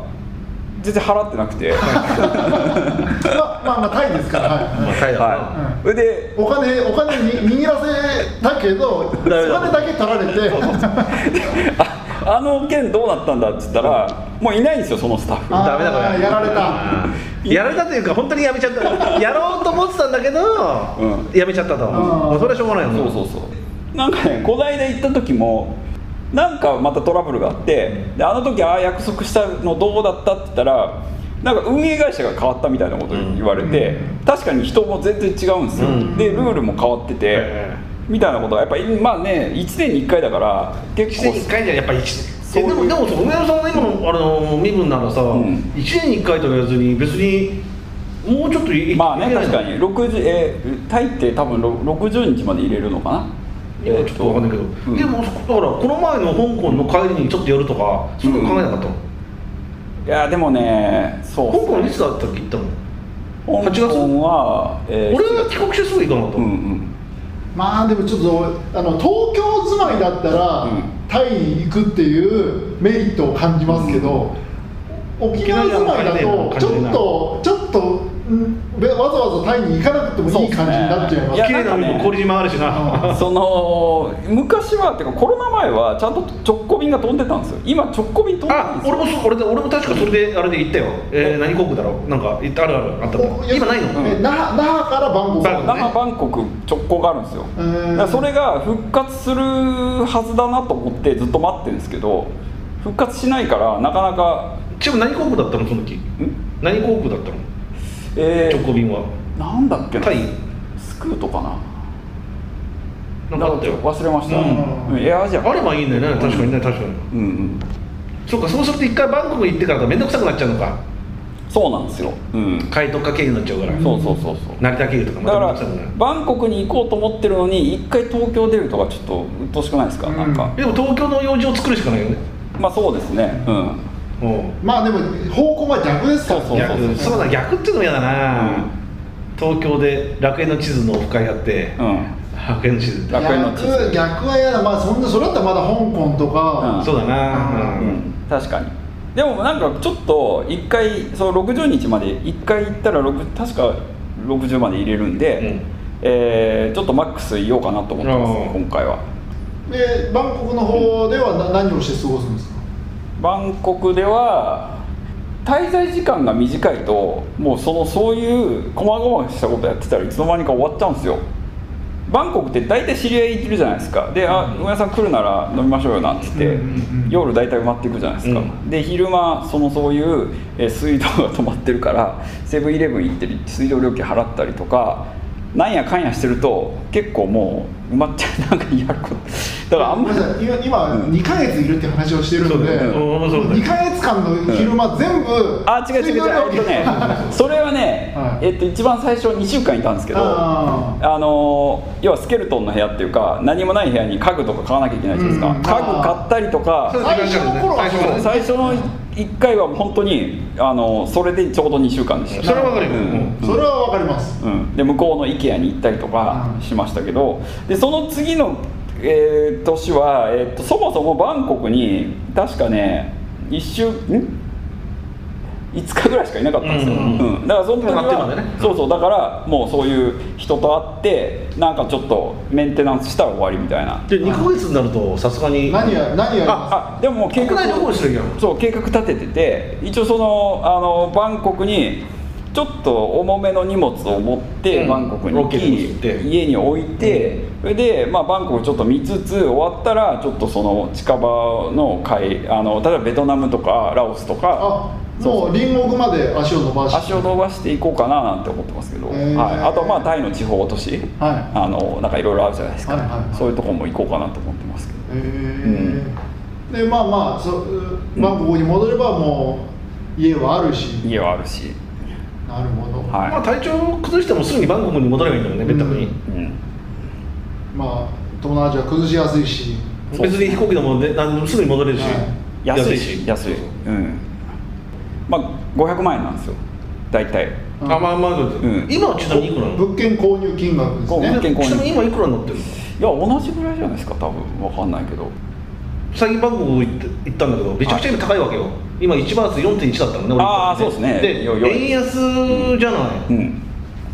D: 全然払ってなく て、
C: まあまあまあタイですから、はい
B: まあ大変だな
D: はい、それで
C: お金お金に握らせたけ どお
B: ダメだ
C: 金だけ取られて
D: ああの件どうなったんだっつったらもういないんですよそのスタッフ
C: あー
B: ダメだこれ
C: やられた
B: うんやられたというか本当にやめちゃった やろうと思ってたんだけど、
D: う
B: やめちゃったと、
C: ん
B: それはしょうがない
D: そう
B: もん
D: そうそうなんかねこないだ行った時もなんかまたトラブルがあってであの時ああ約束したのどうだったって言ったらなんか運営会社が変わったみたいなこと言われて、確かに人も全然違うんですよ、
B: うん
D: でルールも変わってて、
B: え
D: みたいなことはやっぱりまあね1年に1回だから結
B: 1
D: 構
B: 年に1回じゃやっぱり1
D: そう
B: でもでもさ梅原さんの今のあの身分ならさ、
D: ん
B: 一1年に1回とかやずに別にもうちょっとい
D: まあね
B: いけない
D: 確かに60えータイって多分60日まで入れるのかな
B: 今ちょっとわかんないけど、
D: うん
B: でもだからこの前の香港の帰りにちょっとやるとかそういうの考えなかったの、
D: いやでもねそうっすね
B: 香港いつだったっけ行ったの8
D: 香
B: 月
D: 港は、えー
B: 俺は帰国してすぐ行かなかった、
D: うんうん
C: まあでもちょっとあの東京住まいだったら、
D: うん
C: タイに行くっていうメリットを感じますけど、沖縄住まいだとちょっとちょっと、うんべわざわざタイに行かなくてもいい感じになっちゃいます
D: いや
B: 綺麗な海
D: なんか
B: も
D: ね
B: 氷島あるしな、
D: その昔はっていうかコロナ前はちゃんと直行便が飛んでたんですよ今直行便飛んでないん
B: あ
D: です
B: 俺も
D: よ
B: そう俺だ俺も確かそれであれで行ったよ、えー、何航空だろうなんか行ったあるあるあったあっ
C: お
B: た今ないの、
D: うん
C: え那覇那覇からバンコク
B: バンコク
D: 那覇バンコク直行があるんですよ
C: うん
D: だからそれが復活するはずだなと思ってずっと待ってるんですけど復活しないからなかなか
B: ちなみに何航空だったのその時何航空だったの
D: え
B: 直行便は
D: ー、なんだっけな
B: タイ
D: スクートかな
B: なんかあったよ
D: 忘れました、
B: うん
D: うんエアアジア
B: あればいいんだよね確かにね確かに
D: うんうん
B: そうかそうすると一回バンコク行ってからだと面倒くさくなっちゃうのか
D: そうなんですよ、うん、
B: 海徳か経由になっちゃうから、
D: そうそうそうそう
B: 成田経由とかま
D: だか
B: た面
D: ら
B: 倒くさくなる
D: バンコクに行こうと思ってるのに一回東京出るとかちょっと鬱陶しくないですか、
C: うん
D: なんか
B: でも東京の用事を作るしかないよね
D: まあそうですねうん
B: も
C: まあでも方向が逆ですからね
B: う
D: そうそうそう
B: 逆そうだ逆っていうのも嫌だな、
D: うん
B: 東京で楽園の地図のオフ会やって、
D: うん
B: 楽園の地図って
D: 楽園の地図
C: 逆逆は嫌だまあそんなそれだったらまだ香港とか、
D: うん
B: そうだな、うん
D: 確かにでもなんかちょっと一回その60日まで一回行ったら六確か60まで入れるんで、
B: うん
D: えーちょっとマックスいようかなと思ってます、ね、
B: うん
D: 今回は
C: でバンコクの方ではな何をして過ごすんですか
D: バンコクでは滞在時間が短いともうそのそういう細々したことやってたらいつの間にか終わっちゃうんですよバンコクって大体知り合いいるじゃないですかで「あ梅田さん来るなら飲みましょうよ」なんつって、
C: うんうんうん
D: 夜大体埋まっていくじゃないですか、
B: うん
D: で昼間そのそういうえー水道が止まってるからセブンイレブン行って水道料金払ったりとかなんやかんやしてると結構もう埋まっちゃうなんかやることだからあん
C: ご
D: ま
C: めん
D: り
C: なさい今今
D: うん
C: 2ヶ月いるって話をしてるので、
B: そうだよねうんそうだよね
C: 2ヶ月間の昼間全部
D: あ違う違う違うえっとねそれはね、
C: はい
D: えっと、一番最初2週間いたんですけど
C: あ
D: あのー要はスケルトンの部屋っていうか何もない部屋に家具とか買わなきゃいけないじゃないですか、
C: うん
D: 家具買ったりと
B: そう
D: か
B: だね
C: 最初の頃は
B: 最初はね
D: 最初の1回は本当にあのそれでちょうど2週間でした
B: それはわかるよ、
D: うん
B: うん
C: それはわかります
D: うん、で向こうの IKEA に行ったりとか
C: うん
D: しましたけどでその次の、えー年は、えーとそもそもバンコクに確かね1週ん5日ぐらいしかいなかったんですよ、
B: う
D: うんん
B: うん
D: だからその時
B: もうなってるまでね
D: はそうそうだからもうそういう人と会ってなんかちょっとメンテナンスしたら終わりみたいな
B: で2ヶ月になるとさすがに
C: 何や何やります
D: ああでももう計
B: 国
D: 画
B: 内旅行してるやん
D: そう計画立ててて一応そのあのバンコクにちょっと重めの荷物を持って、
B: うん
D: バンコクに行
B: 大きい荷物
D: き
B: って
D: 家に置いて、それで、まあ、バンコクちょっと見つつ終わったらちょっとその近場の会あの例えばベトナムとかラオスとか
C: あもう隣国まで足を伸ばして
D: 足を伸ばしていこうかななんて思ってますけど、
C: へー
D: はい、あとはまあタイの地方都市、
C: は
D: あのなんかいろいろあるじゃないですか、
C: はいはいはい
D: そういうとこも行こうかなと思ってますけど
C: いへえでまあまあそバンコクに戻ればもう家はあるし
D: 家はあるし、
C: なるほど
D: はい
B: まあ、体調を崩してもすぐにバンコクに戻ればいいんだもんね、別宅に。
D: うん
C: まあ東南アジア崩しやすいし
B: 別に飛行機でも、ね、なんでもすぐに戻れるし、
C: はい
D: 安いし安いうんまあ500万円なんですよ大体
B: あまあまあ、
D: ん
B: 今はちなみにいくらなの
C: 物件購入金額です
D: 物
C: ね
D: 件購入
B: ちなみに今いくらになってるの
D: いや同じぐらいじゃないですか多分わかんないけど
B: 最近バンコク行って行ったんだけどめちゃくちゃ今高いわけよ、今1バーツ4.1だったもんね俺
D: あーそうですね
B: で
D: よよ
B: 円安じゃない、
D: うん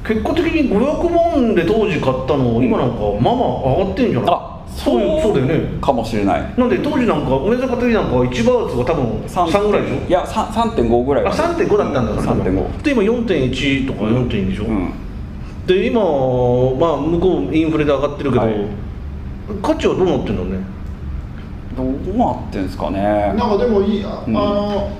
B: 結果的に500万で当時買ったの今なんかまあまあ上がってんじゃない
D: あ
B: そういうそうだよね
D: かもしれない
B: なんで当時なんかお目坂的なんか1バーツが多分3ぐらいでしょ
D: いやさ3.5ぐらい
B: あ3.5だったんだから
D: 3.5
B: で今4.1とか4.2でしょ、
D: うん
B: で今まあ向こうインフレで上がってるけど、
D: はい
B: 価値はどうなってんだろうね
D: どうなってんですかね
C: なんかでもいいあ,、
D: うん
C: あの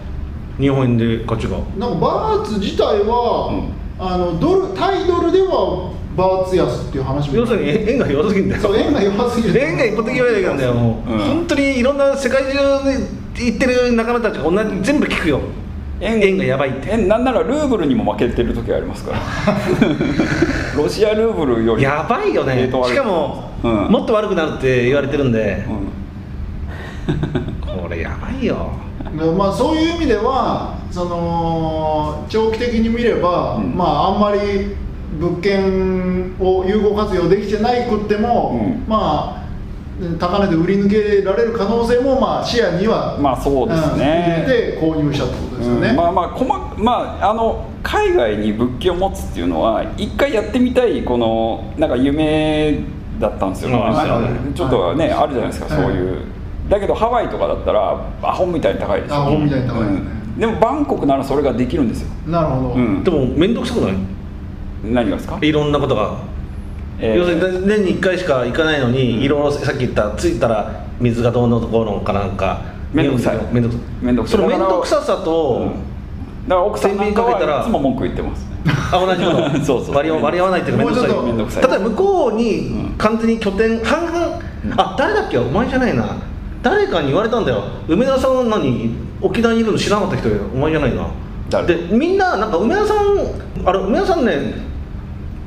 B: 日本円で価値が
C: なんかバーツ自体は、あのドルタイドルではバーツ安っていう話も
B: 要するに円が弱すぎんだよ
C: そう円が弱すぎる
B: 円が一方的弱いだけなんだよもう、
D: うん
B: 本当にいろんな世界中で行ってる仲間たちが同じ全部聞くよ円がやばいって
D: 円なんならルーブルにも負けてる時あ りますからロシアルーブルより
B: やばいよ
D: レ
B: ね
D: ート悪い
B: しかも、
D: うん
B: もっと悪くなるって言われてるんで
D: う、ん
B: これやばいよ
C: まあ、そういう意味ではその長期的に見れば、
D: うん
C: まあ、あんまり物件を有効活用できてないくっても、
D: うん
C: まあ高値で売り抜けられる可能性もまあ視野には、
D: まあそうですね
C: ん入れて購入したってことですよね、
D: うんまあまあこま、まあ、あの海外に物件を持つっていうのは一回やってみたいこのなんか夢だったんですよ、
B: うん
D: あの
B: はい
C: はい
D: ちょっとね、あるじゃないですか、
C: はい
D: そういうだけどハワイとかだったらアホみたいに高いですよ
C: アホみたいに高いですね
D: うんでもバンコクならそれができるんですよ、
C: なるほど、
D: うん
B: でも面倒くさくない
D: 何がですか、
B: いろんなことが、
D: えー
B: 要するに年に1回しか行かないのに、いろいろさっき言った着いたら水がどうのこうのかなんか
D: 面倒くさい
B: 面倒く
D: 面倒くさい
B: その面倒くささ
D: う
B: と
D: ん、だから奥さんなんか
B: 天秤かけたら
D: はいつも文句言ってますね
B: あ同じもの
D: そうそう
B: 割り割り合わないっていうか面倒
C: もうちょっと面
D: 倒
B: く
D: く
B: さ
D: さ
B: いた
D: い
B: だ向こうに
D: うん
B: 完全に拠点半々、あ誰だっけお前じゃないな誰かに言われたんだよ梅田さんは何沖縄にいるの知らなかった人よお前じゃないな
D: 誰
B: でみんななんか梅田さんあれ梅田さんね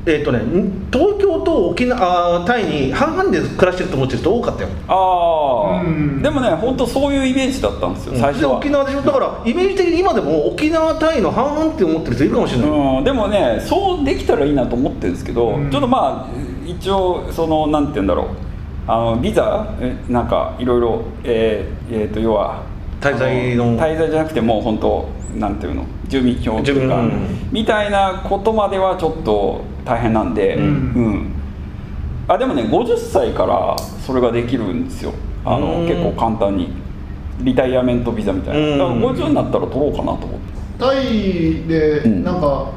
B: えっ、とね東京と沖縄あタイに半々で暮らしてると思ってる人多かったよ
D: ああ、
C: うん
D: でもね本当そういうイメージだったんですよ、最初
B: で
D: は
B: 沖縄でしょだからイメージ的に今でも沖縄タイの半々って思ってる人いるかもしれない、
D: うん、でもねそうできたらいいなと思ってるんですけど、
C: うん
D: ちょっとまあ一応そのなんて言うんだろうあのビザえなんかいろいろえーえーと要は
B: 滞在の
D: あ滞在じゃなくてもう本当なんていうの住民票
B: 住
D: と
B: 民
D: か、
B: うん
D: みたいなことまではちょっと大変なんで、
C: うん
D: うんあでもね50歳からそれができるんですよあの、
B: うん
D: 結構簡単にリタイアメントビザみたいな、だから
B: うん
D: 50になったら取ろうかなと思って。
C: タイで
D: うん
C: なんか、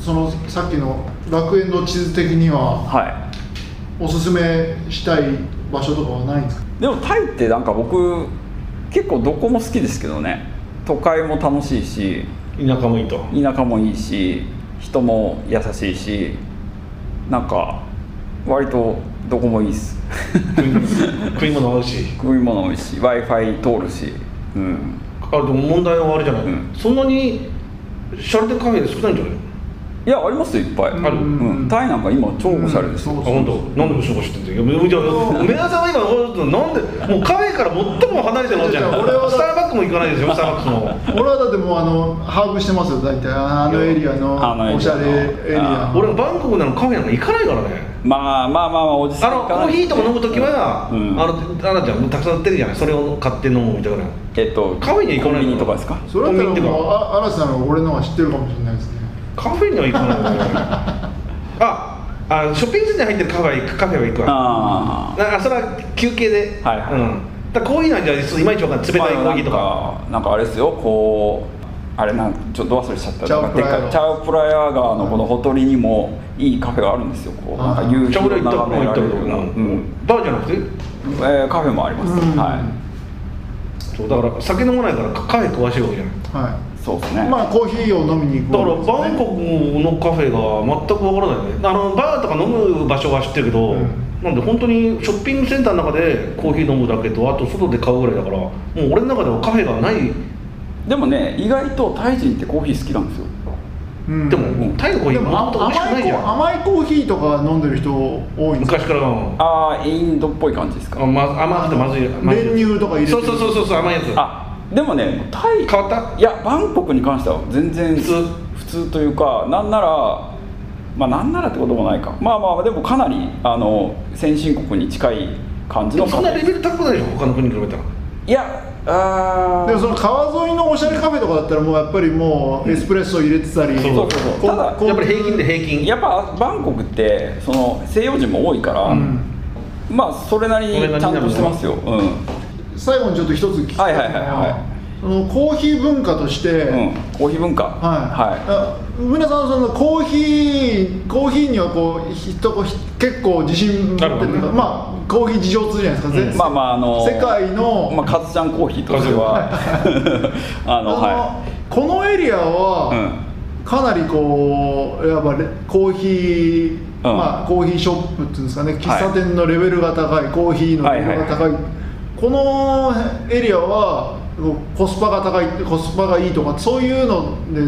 C: そのさっきの楽園の地図的には
D: はい
C: おすすめしたい場所とかはないんですか
D: でもタイってなんか僕結構どこも好きですけどね都会も楽しいし
B: 田舎もいいと
D: 田舎もいいし人も優しいしなんか割とどこもいいっす
B: 食い物食い物合うし
D: 食い物多いし w i f i 通るしうん
B: あでも問題はあれじゃない、
D: うん
B: そんなにシャレてカフェ少ないんじゃない
D: いやありますよいっぱい
C: あ
B: る
D: うん、タイなんか今超おしゃれですよ、
C: うんそう
B: あ
C: そう
B: 本当なんで後ろ走ってんだよいやめじゃあ梅沢さんは今こうなんでもうカフェから最も離れてるのじゃん
C: いやいや俺は
B: スターバックも行かないですよスターバックも
C: 俺はだってもうあの把握してますよ大体あのエリア
D: あの
C: の
D: エリアの
C: おしゃれエリア
D: あ
C: 俺
B: 俺バンコクなのカフェなんか行かないからね
D: まあまあまあまあおじさ
B: あ
D: ん
B: のコ
D: かな
B: ーヒーとか飲む時は、
D: うん
B: あのあなたちゃんたくさん売ってるじゃないそれを買って飲むみたいな
D: えっと
B: カフェに行かないの
D: コンビニとかですか
C: それだったらも
B: コンビニ
C: う
B: とか
C: あ嵐さんの俺の方が知ってるかもしれないですね
B: カフェには行かない んだよねああショッピングセンターに入ってるカフェは行くカフェは行くわ
D: あ
B: あそれは休憩で、
D: はいはい
B: うん、だからコーヒーなんじゃちょっといまいちわかんない冷たいコーヒーとか,、
D: まあなんかなんかあれですよこうあれなんちょっと忘れちゃった
C: チャオ
D: なんかでっか
C: プ
D: い
C: ラヤー
D: チャオプラヤー川のこのほとりにもいいカフェがあるんですよこう
C: あ
D: な
C: ー
D: んか夕
B: ち
D: 日
B: ょうど
D: を
B: 行った
D: 眺められるような、
B: う
D: うん
B: んバーじゃなくて
D: えーカフェもあります、
C: うん
D: はい
B: そうだから酒飲まないからカフェ詳しいわけじゃない
C: は
D: そうですね、
C: いまあコーヒーを飲みに行
B: だから
C: くわ
B: バ
C: け
B: ン
C: ですね
B: コクのカフェが全くわからないよねあのバーとか飲む場所は知ってるけど、
C: うん
B: なんで本当にショッピングセンターの中でコーヒー飲むだけとあと外で買うぐらいだからもう俺の中ではカフェがない、
D: でもね意外とタイ人ってコーヒー好きなんですよ
C: うん
B: でもタイのコーヒ
C: で
B: ーも
C: も
B: 本当美味しくな
C: 甘い
B: いじ
C: コ
B: ゃ
C: ー
B: ん
C: 甘いコーヒーとか飲んでる人多いんですか
B: 昔からの
D: ああインドっぽい感じです
B: あ
D: か
B: ま甘くてまずいまずい
C: 練乳とか入れて
B: そうそうそうそうそう甘いやつ
D: あでもねタイ
B: 変わった
D: いやバンコクに関しては全然
B: 普通
D: 普通というかなんならまあなんならってこともないかまあまあでもかなりあの先進国に近い感じ
B: で
D: の
B: もそんなレ
D: い
B: ベル高くないでしょ他の国に比べたら
D: やあー
C: でもその川沿いのおしゃれカフェとかだったらもうやっぱりもうエスプレッソ入れてたり
B: そう
D: そうそう
C: こ
D: ただ
C: こ
B: やっぱり平均で平均
D: やっぱバンコクってその西洋人も多いから、
C: うん
D: まあそれなりに
B: それなりに
D: ちゃんとしてますよ、うん
C: 最後にちょっと一つ聞きたいの
D: はいはいはいは
C: そのコーヒー文化として、
D: うん、コーヒー文化は
C: はい、皆さんそのコーヒーコーヒーにはこうひとこひ結構自信持って
B: なるほ
C: る
B: どね
C: まあコーヒー事情通じゃないですか、
B: うん
D: いまあまああの
C: 世界の、
D: まあ、カズちゃんコーヒーとしては あの
C: あ
D: は
C: のこのエリアは、かなりこうやっぱレコーヒー、まあ、コーヒーショップっていうんですかね喫茶店のレベルが高い、コーヒーのレベルが高い、このエリアはコスパが高いコスパがいいとかそういうので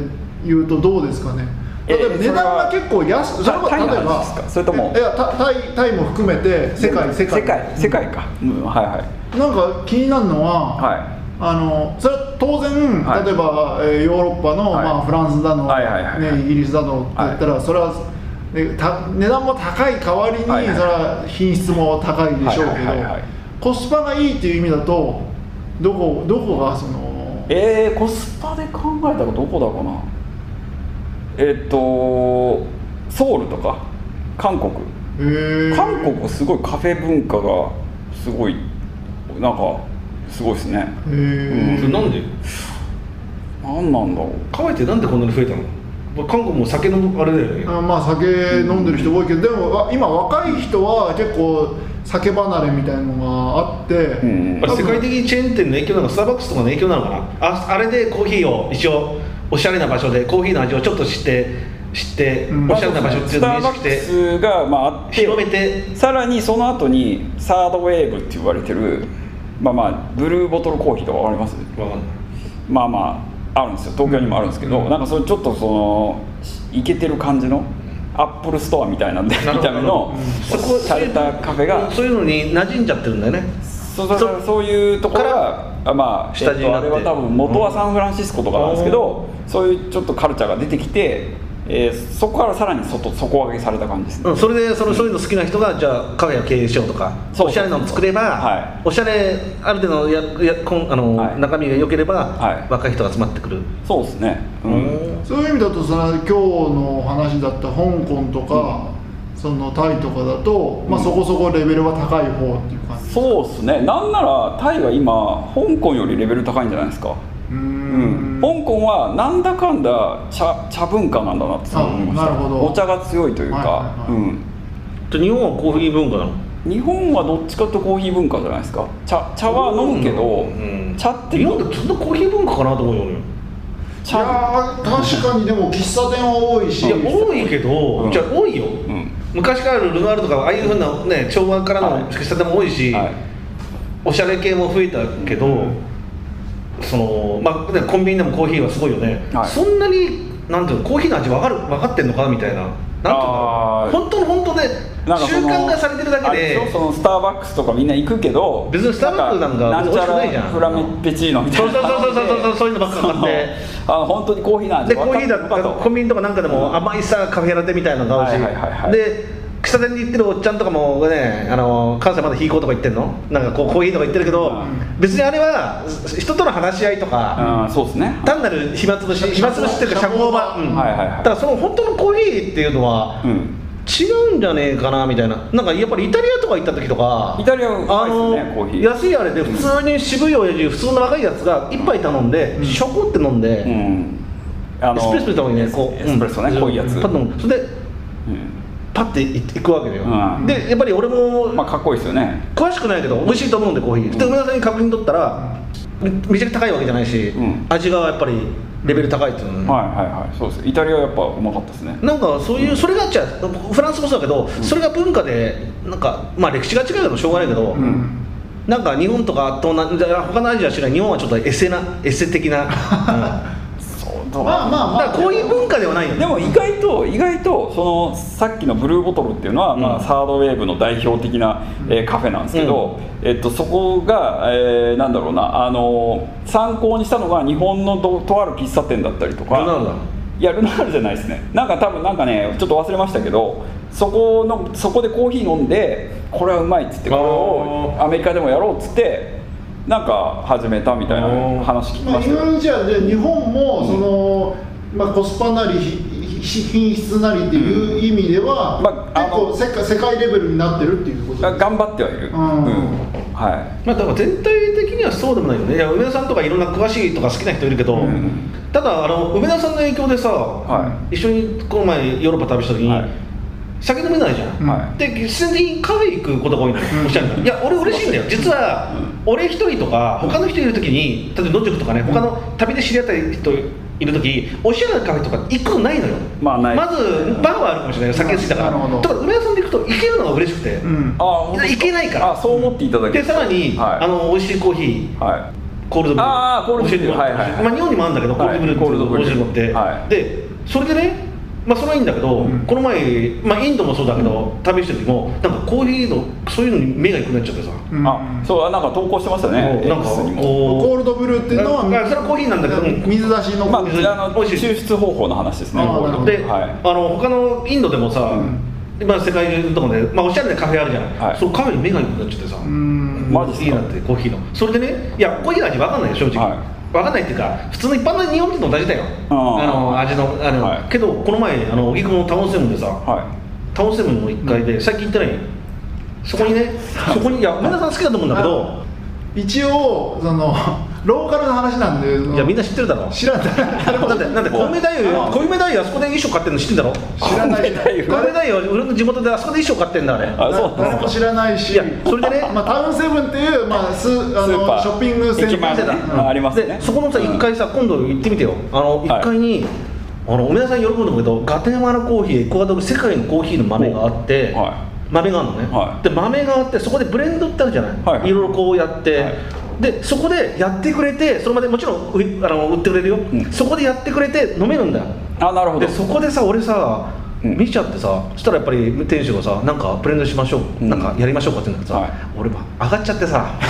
C: 言うとどうですかね
D: え
C: 例えば値段が結構安
D: そ
C: そ
D: れ
C: れ
D: は
C: こそ
D: タ
C: 例え
D: イの
C: ば
D: 話ですかそれとも
C: いやタタイタイも含めて
D: い
C: 世界世界
D: 世界世界か、うん、はいはい
C: なんか気になるのは、
D: はい
C: あのそれは当然、
D: はい
C: 例えば、えーヨーロッパの、
D: はい
C: まあ、フランスだの、
D: はいはいはいはい
C: ね、イギリスだのって言ったら、それは、ね、た値段も高い代わりに、
D: はいはい
C: それは品質も高いでしょうけど、
D: はいはいはいはい
C: コスパがいいっていう意味だとどこどこがその
D: えー、コスパで考えたらどこだかなえっとソウルとか韓国
C: へー
D: 韓国はすごいカフェ文化がすごいなんかすごいですね
C: へー
B: それなんで
D: 何なんだろう
B: カフェってなんでこんなに増えたのまあ韓国も酒のあれだよね
C: あまあ酒飲んでる人多いけど、でもわ今若い人は結構酒離れみたいのがあって、
D: うん
B: やっぱ世界的にチェーン店の影響なのかスターバックスとかの影響なのかなああれでコーヒーを一応おしゃれな場所でコーヒーの味をちょっと知って知って、
C: うん
B: おしゃれな場所ってい
D: ス
B: うのを
D: タ
B: 認
D: ーバ
B: 識し
D: ック
B: て
D: スが、まあ、あって
B: 広めて
D: さらにその後にサードウェーブって言われてるまあまあブルーボトルコーヒーとかわかります
B: わかんない
D: まあまああるんですよ東京にもあるんですけど、なんかそれちょっとそのいけてる感じのアップルストアみたいなんで見
B: なるほど
D: た目の
B: そこ
D: されたカフェが
B: そういうのに馴染んじゃってるんだよね
D: そうそうそうそういうところがあまあ、
B: 下地になって
D: えっとあれは多分元はサンフランシスコとかなんですけど、そういうちょっとカルチャーが出てきて、えーそこからさらに外底上げされた感じですね、
B: うん、それでそのそういうの好きな人がじゃあカフェを経営しようとか
D: そう
B: おしゃれなの作れば、
D: はい
B: おしゃれある程度のややこんあの、
D: はい
B: 中身が良ければ、
D: はい
B: 若い人が集まってくる、
D: そうですね、うん
C: そういう意味だとその今日の話だった香港とか、そのタイとかだと、まあ、そこそこレベルは高い方っていう感じ
D: そうですねなんならタイは今香港よりレベル高いんじゃないですか
C: うー
D: うん
C: ん
D: 香港はなんだかんだ茶茶文化なんだなってすごい思いまし
C: あなるほ
D: た
C: ど
D: お茶が強いというか、
C: はいはいはい
D: うん
B: と日本はコーヒー文化なの
D: 日本はどっちかとコーヒー文化じゃないですか茶茶は飲むけど、
B: うん
D: 茶って
B: 日本ってそんなコーヒー文化かなと思うよ俺
C: いや
D: 茶
C: ー確かにでも喫茶店は多いし
B: いや多いけど、
D: うん
B: じゃあ多いよ、
D: ん
B: 昔からあるルノアールとかああいうふうなね昭和から
D: はい
B: の喫茶店も多いし、
D: はい
B: おしゃれ系も増えたけど、そのまあねコンビニでもコーヒーはすごいよね、
D: はい
B: そんなになんていうのコーヒーの味わかる分かってんのかみたいななんていうの
D: あー
B: 本当の本当で
D: なんか
B: 習
D: その
B: 慣化されてるだ
D: あ
B: け
D: れしょ
B: で
D: そのスターバックスとかみんな行くけど
B: 別にスターバックスなんか
D: なんちゃ
B: 美味しくないじ
D: ら
B: ゃん
D: フラメペチーノみた
B: そ
D: いうな
B: そうそうそうそうそうそういうのばっか買って。
D: あの本当にコーヒーの味
B: でコーヒーだ
D: 分か
B: と
D: るのか
B: コンビニとかなんかでも甘いさカフェラテみたいなのがあるし、
D: はいはいはいはい
B: で喫茶店に行ってるおっちゃんとかもねあの関西まだ引こうとか言ってんのなんかこうコーヒーとか言ってるけど、別にあれは人との話し合いとか、
D: うん、そうですね
B: 単なる暇つぶし暇つぶしっていうか社交場、うん
D: はいはいはい
B: だからその本当のコーヒーっていうのは、
D: うん
B: 違うんじゃねえかなみたいななんかやっぱりイタリアとか行った時とか
D: イタリアはうま
B: あ
D: いですねコ
B: の
D: ーヒー
B: 安いあれで普通に渋い親父普通の若いやつが一杯頼んで、ショコって飲んで、
D: うんあ
B: エスプレッソみたいなねこう
D: エスプレッソね
B: うん
D: 濃いやつ
B: パッと飲むそれで
D: うん
B: パッて行くわけだよ、
D: うん
B: でやっぱり俺も、
D: まあかっこいいですよね
B: 詳しくないけど美味しいと思うんでコーヒー、で梅田さんに確認取ったらめめちゃくちゃ高いわけじゃないし、
D: うん
B: 味がやっぱりレベル高いっていうのね、
D: はいはいはいそうですイタリアはやっぱうまかったですね
B: なんかそういう、それがじゃあフランスもそうだけど、それが文化でなんかまあ歴史が違うのもしょうがないけど、
C: うん
B: なんか日本とか東南じゃあ他のアジアは知らない日本はちょっとエセなエセ的 な、うん
D: そう
C: まあまあま
B: だ
C: あ
B: からこういう文化ではないよね
D: でも意外と意外とそのさっきのブルーボトルっていうのは、ま
B: う
D: あ、
B: ん
D: サードウェーブの代表的な、えーカフェなんですけど、えっと、そこが、えーなんだろうな、あのー参考にしたのが日本のどとある喫茶店だったりとか
B: ルナールだ
D: いやルナールじゃないですねなんか多分なんかねちょっと忘れましたけどそこのそこでコーヒー飲んでこれはうまいっつってこれをアメリカでもやろうっつってなんか始めたみたいな話聞き
C: まあ、
D: まし
C: い
D: たよ
C: ろいろじゃあで日本もその、まあ、コスパなりひひ品質なりっていう意味では、
D: まああの
C: 結構世界世界レベルになってるっていうこと
D: が
C: です
D: 頑張ってはいる、
C: うん
D: うんはい
B: まあ、だから全体的にはそうでもないよねいや梅田さんとかいろんな詳しいとか好きな人いるけど、
D: ん
B: ただあの梅田さんの影響でさ、
D: は
B: 一緒にこの前ヨーロッパ旅した時に、
D: はい
B: 酒飲めないじゃん、
D: はい
B: で必然的にカフェ行くことが多いのよ、おっしゃるのいや俺嬉しいんだよ実は、俺一人とか他の人いる時に例えば野宿とかね他の旅で知り合った人いる時おしゃれなカフェとか行くことないのよ、
D: まあない
B: まずバーはあるかもしれない酒好きだから、
C: なるほど
B: だから梅田さんで行くと行けるのが嬉しくて、
C: うん
D: ああ
B: いけないから
D: あそう思っていただけ
B: でさらに、
D: はい
B: あの美味しいコーヒー
D: は
B: コールドブリュ
D: あーコールドブリ
B: 教えて
D: ュー
B: もらった
D: はいはいはい
B: まあ、日本にもあるんだけど、
D: はい
B: コールドブリューっていうの
D: コー
B: が
D: ルドブリ
B: 美味しい
D: ュー
B: のって、でそれでねまあそれはいいんだけど、この前、まあ、インドもそうだけど、旅してる時もなんかコーヒーのそういうのに目がいくなっちゃってさ、
D: い、あそうなんか投稿してましたね
B: もうなんか
D: X に
B: こ
D: も
C: コールドブルーっ
B: う
C: ていうのは
B: あそれはコーヒーなんだけど、うん
C: 水出しの
D: まああ
C: コーヒー
D: の
B: 美味しい
D: 抽出方法の話ですね
C: あーなるほど
B: で、
D: は
B: あの他のインドでもさ、今世界中のとこで、まあ、おしゃれなカフェあるじゃない、
D: はい
B: そのカフェに目がいくなっちゃってさ、
C: うん
D: マジっすか
B: いいなってコーヒーのそれでねいやコーヒーの味わかんないよ正直、
D: はい
B: わかんないっていうか普通の一般の日本人と同じだよ
D: あ
B: あ
D: ー
B: の味のあの、
D: はい
B: けどこの前あの荻窪のタウンセブンでさ、
D: い、は
B: タウンセブンの1階で、最近行ってないよそこに ねそこにいや梅田さん好きだと思うんだけど
C: 一応その ローカルの話なんで
B: いやみんな知ってるだろ
C: 知らない
B: だってだって小梅太夫小梅太夫あそこで衣装買ってるの知ってんだろ小
C: 知らない
D: コーヒー
B: 梅太夫俺の地元であそこで衣装買ってんだあれ
D: あそうなんですか
C: 誰も知らないし
B: いやそれでね
C: まあ、タウンセブンっていう、まあ、ス
D: い、
C: あのショッピングセン
D: 駅
C: タ
D: 前
C: ー
D: でね、
C: うん
D: あありますね
B: でそこのさ
D: うん
B: 1階さ今度行ってみてよあの
D: はい
B: 1階に、あの梅田さん喜ぶと思うけどガテマラコーヒーエクアドル世界のコーヒーの豆があって、
D: おはい
B: 豆があるのね、
D: はい
B: で豆があってそこでブレンドってあるじゃない、
D: はいはい
B: いろいろこうやって、
D: はい
B: でそこでやってくれてそれまでもちろんうあの売ってくれるよ、
D: ん
B: そこでやってくれて飲めるんだよ
D: あなるほど
B: でそこでさ俺さ
D: うん
B: 見ちゃってさ、そしたらやっぱり店主がさなんかブレンドしましょう、
D: うん
B: なんかやりましょうかって言うんだけどさ、
D: はい
B: 俺も上がっちゃってさ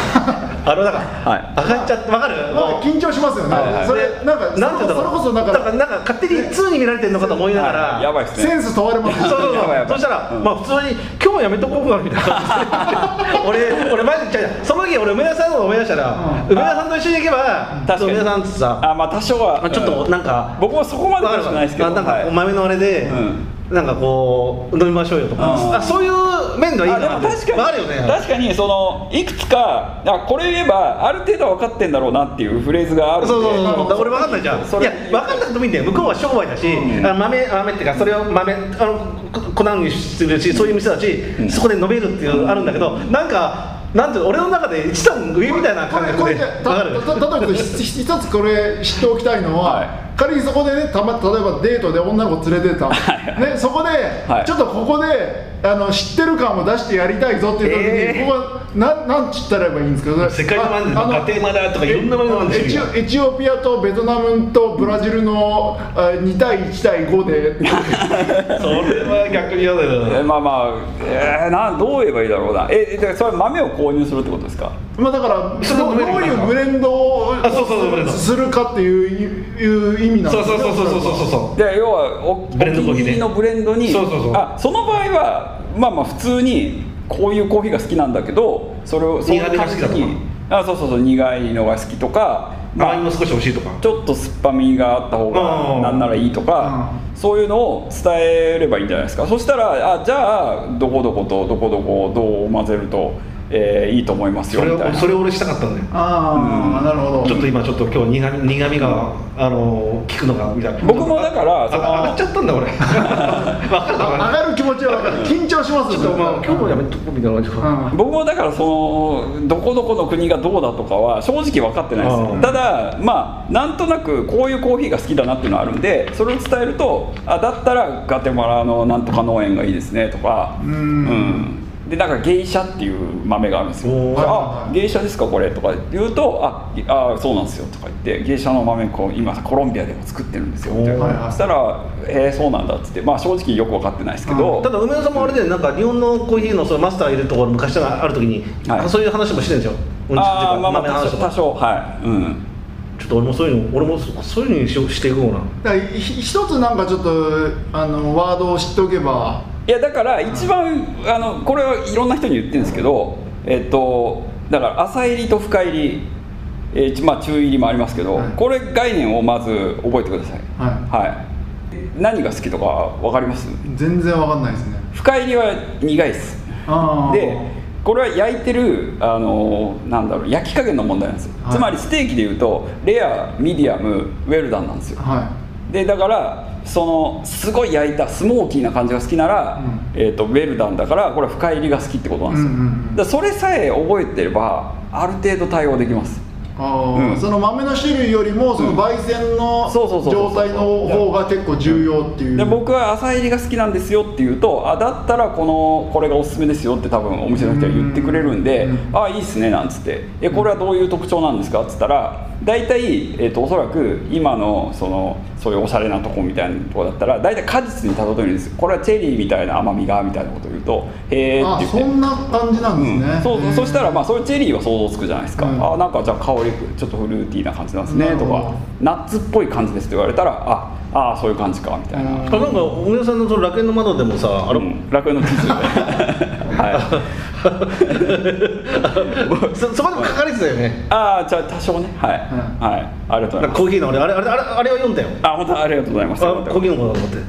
B: あれだから、
D: はい
B: 上がっちゃってわかる、
C: まあ、緊張しますよね、
D: はいはい
C: それなんか
B: なんて
C: それ
B: だろう
C: こそだか
B: だから
C: ら
B: なんか勝手に通に見られてるのかと思いながら、
D: はいやばいです
C: セ
D: ね
C: ンス問われます
B: そうそうそう
D: やばいやばい
B: そしたら、
D: うん
B: まあ普通に「今日やめとこうか」みたいな感じで 俺俺マジで違うその時俺梅田さんのこと思い出したら、
C: うん
B: 梅田さんと一緒に行けば
D: 確かに
B: 梅田さんってさ、
D: あまあ多少は、
B: まあ、ちょっとなんか、
D: 僕はそこまで詳しくないですけど、
B: まあ、なん
D: はい
B: かお豆のあれで、なんかこう飲みましょうよとか
D: うん
B: あそういう面がいい
D: あ
B: か
D: で
B: な
D: も
B: って
D: 確かに、
B: まああるよね
D: 確かにそのいくつかあこれ言えばある程度は分かってんだろうなっていうフレーズがあるんで
B: そうそうそう
C: なるほど
B: 俺分かんないじゃんい
D: それ
B: や分かんなくてもいいんだよ向こうは商売だし、
D: うん
B: あの豆豆っていうかそれを豆あのこ粉にするしそういう店だし、
D: ん
B: そこで飲めるっていうのあるんだけど、なんかなんていうの俺の中で一段上みたいな
C: こ
B: 感
C: れ
B: 覚
C: こ
B: で
C: れ
B: 分
C: じゃ
B: かる
C: たた例えばひひ一つこれ知っておきたいのは、
D: はい
C: 仮にそこでねたま例えばデートで女の子連れてった、ね、そこで、
D: はい
C: ちょっとここであの知ってる感を出してやりたいぞっていう時に、
B: えー
C: ここはなんなんちったらばいいんですかそれ
B: 世界のマネ
C: ああの
B: ー家庭マだとかいろんなマネー
C: エチオエチオピアとベトナムとブラジルの、あ2対1対5で
B: それは逆に嫌だ
D: え
B: よ
D: まあまあ、えー、なんどう言えばいいだろうなえでそれ豆を購入するってことですか
C: まあだから
B: それ
C: ど
B: 飲
C: うど
B: め
C: う
B: るよ
C: いうブレンドを
B: あそうそうそうブレンド
C: するかっていういう意味なん
B: そ
C: で
B: う
C: すね
B: そうそうそうそうそうそう
D: で要はおお気
B: ブレンドコー
D: に
B: ヒーね
D: 入りのブレンドに
B: そうそうそう
D: あその場合はまあまあ普通にこういうコーヒーが好きなんだけどそれをそういう
B: 苦手が好きだとか
D: 感じにあそうそうそう苦いのが好きとか、まあ
B: 甘みも少し欲しいとか
D: ちょっと酸っぱみがあった方
B: う
D: が
B: ん
D: なんならいいとか、そういうのを伝えればいいんじゃないですかそしたらあじゃあどこどことどこどこをどう混ぜると、えーいいと思いますよ
B: それ
D: みたい
B: を
D: な
B: それを俺したかったんだよ
C: ああ、なるほど
B: ちょっと今ちょっと今日苦み苦みがあの効くのがみたいな
D: 僕もだから
B: あ
D: その
B: 上がっちゃったんだ 俺分
C: 上
B: かるだか
C: がる気持ちは分かる緊張します
B: ちょっとまあ今日もやめとこうみたいな感じで
C: うん
D: 僕もだからそのどこどこの国がどうだとかは正直分かってないですよ
B: うん
D: ただまあなんとなくこういうコーヒーが好きだなっていうのはあるんでそれを伝えるとあだったらガテマラのなんとか農園がいいですねとか
C: うん
D: うんでなんか芸者っていう豆があるんですよ
B: おー
D: あ芸者ですかこれとか言うとああそうなんですよとか言って芸者の豆こう今コロンビアでも作ってるんですよみたい
C: おーはいは
D: ないそしたらえーそうなんだっつってまあ正直よく分かってないですけ
C: う
D: ど
B: ただ梅田さんもあれでなんか日本のコーヒーのそのマスターいるところ昔からある時に、
D: はい
B: あそういう話もしてるんですようんちっていう
D: あ
B: か
D: ーまあまあ
B: 豆の
D: 多
B: 話
D: 少
B: と
D: 多
B: か
D: 少はいうん
B: ちょっと俺もそういうの俺もそそういうのにしようしていこうかな
C: だからひ一つなんかちょっとあのワードを知っておけば
D: いやだから一番あのこれはいろんな人に言ってるんですけどえっとだから浅入りと深入り、えーちまあ中入りもありますけど、
C: はい
D: これ概念をまず覚えてください
C: は
D: はい何が好きとかわかります
C: 全然分かんないですね
D: 深入りは苦いです
C: ああ
D: でこれは焼いてるあのなんだろう焼き加減の問題なんですよ、
C: はい
D: つまりステーキでいうとレアミディアムウェルダンなんですよ
C: は
D: でだからそのすごい焼いたスモーキーな感じが好きなら、
C: う
D: えー、とウェルダンだからこれは深入りが好きってことなんですよ、
C: うんうんうん
D: だからそれさえ覚えてればある程度対応できます
C: いあー
D: うん
C: その豆の種類よりもその焙煎の
D: そうそうそうそう
C: 状態の方が結構重要っていう
D: で僕は朝入りが好きなんですよって言うとあだったらこのこれがおすすめですよって多分お店の人は言ってくれるんで、
C: うん
D: あいいっすねなんつってえこれはどういう特徴なんですかっつったら大体、えー、とおそらく今のそのそういうおしゃれなとこみたいなとこだったら大体果実にたどってるんですよこれはチェリーみたいな甘みがみたいなことを言うとへえって
C: あ
D: 言って
C: そんな感じなんですね、
D: うんそうそうそしたらまあ
C: あ
D: そういうチェリーは想像つくじゃないですか、
C: うん
D: あなんかじゃあ香りちょっとフルーティーな感じなんです
C: な
D: ね
C: る
D: と
C: ほど
D: かナッツっぽい感じですって言われたらああーそういう感じかみたいな、
B: あなんか梅田さんのその楽園の窓でもさあ
D: あ
B: れ、
D: の楽園の地図ではい
B: そそこでも書かれてたよね
D: ああじゃあ多少ねは
C: ん
D: い、はいありがとうござ
B: なん
D: いま
B: か
D: す
B: コーヒーの俺あれあれあれあれは読んだよ
D: あ本当ありがとうございま
B: あ
D: す
B: コーヒーのものだと思って、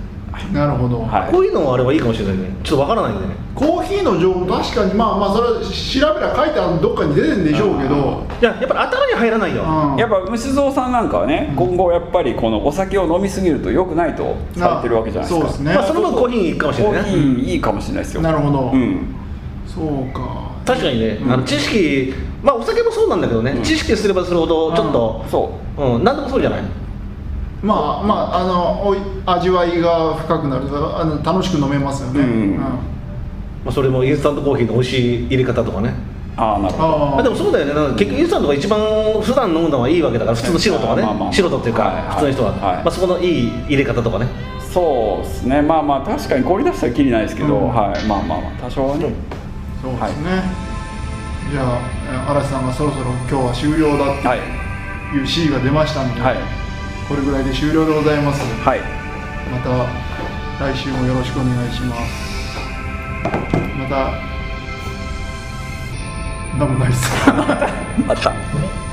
C: なるほど、
D: はい
B: コーヒーのあれはいいかもしれないねちょっとわからないんだよね
C: コーヒーの情報確かにまあまあそれは調べら書いてあるどっかに出てるんでしょうけど
B: いややっぱり頭に入らないよ
C: うん
D: やっぱ虫蔵さんなんかはね、今後やっぱりこのお酒を飲みすぎると良くないとされてるわけじゃないですか
C: あそうですね
B: まあ、その分コーヒーに行くかもしれ
D: コ
B: な
D: ー
B: い
D: ヒ
B: ね
D: ーいいかもしれないですよ
C: なるほど、
D: うん
C: そうか
B: 確かにね、
C: ん
B: あの知識まあお酒もそうなんだけどね、知識すればするほどちょっと、
D: そう
B: うん何でもそうじゃない
C: まあまああのおい味わいが深くなるあの楽しく飲めますよね、
D: うん
B: まあ、それもインスタントコーヒーの美味しい入れ方とかね
D: ああなるほど
B: ま
C: あ
B: あ、でもそうだよねなんか結局インスタントが一番普段飲むのはいいわけだから普通の素人がね、
D: まあまあまあ
B: 素人っていうか、
D: はいはい
B: 普通の人は、
D: はい
B: まあ、そこのいい入れ方とかね
D: そうですねまあまあ確かに氷出したらきりないですけど、
C: うん
D: はいまあまあまあ多少はね、
C: そうですね、じゃあえ嵐さんがそろそろ今日は終了だ
D: はい
C: っていう C が出ましたんで、
D: はい
C: これぐらいで終了でございます
D: はい
C: また来週もよろしくお願いしますまたなんもないっす
D: また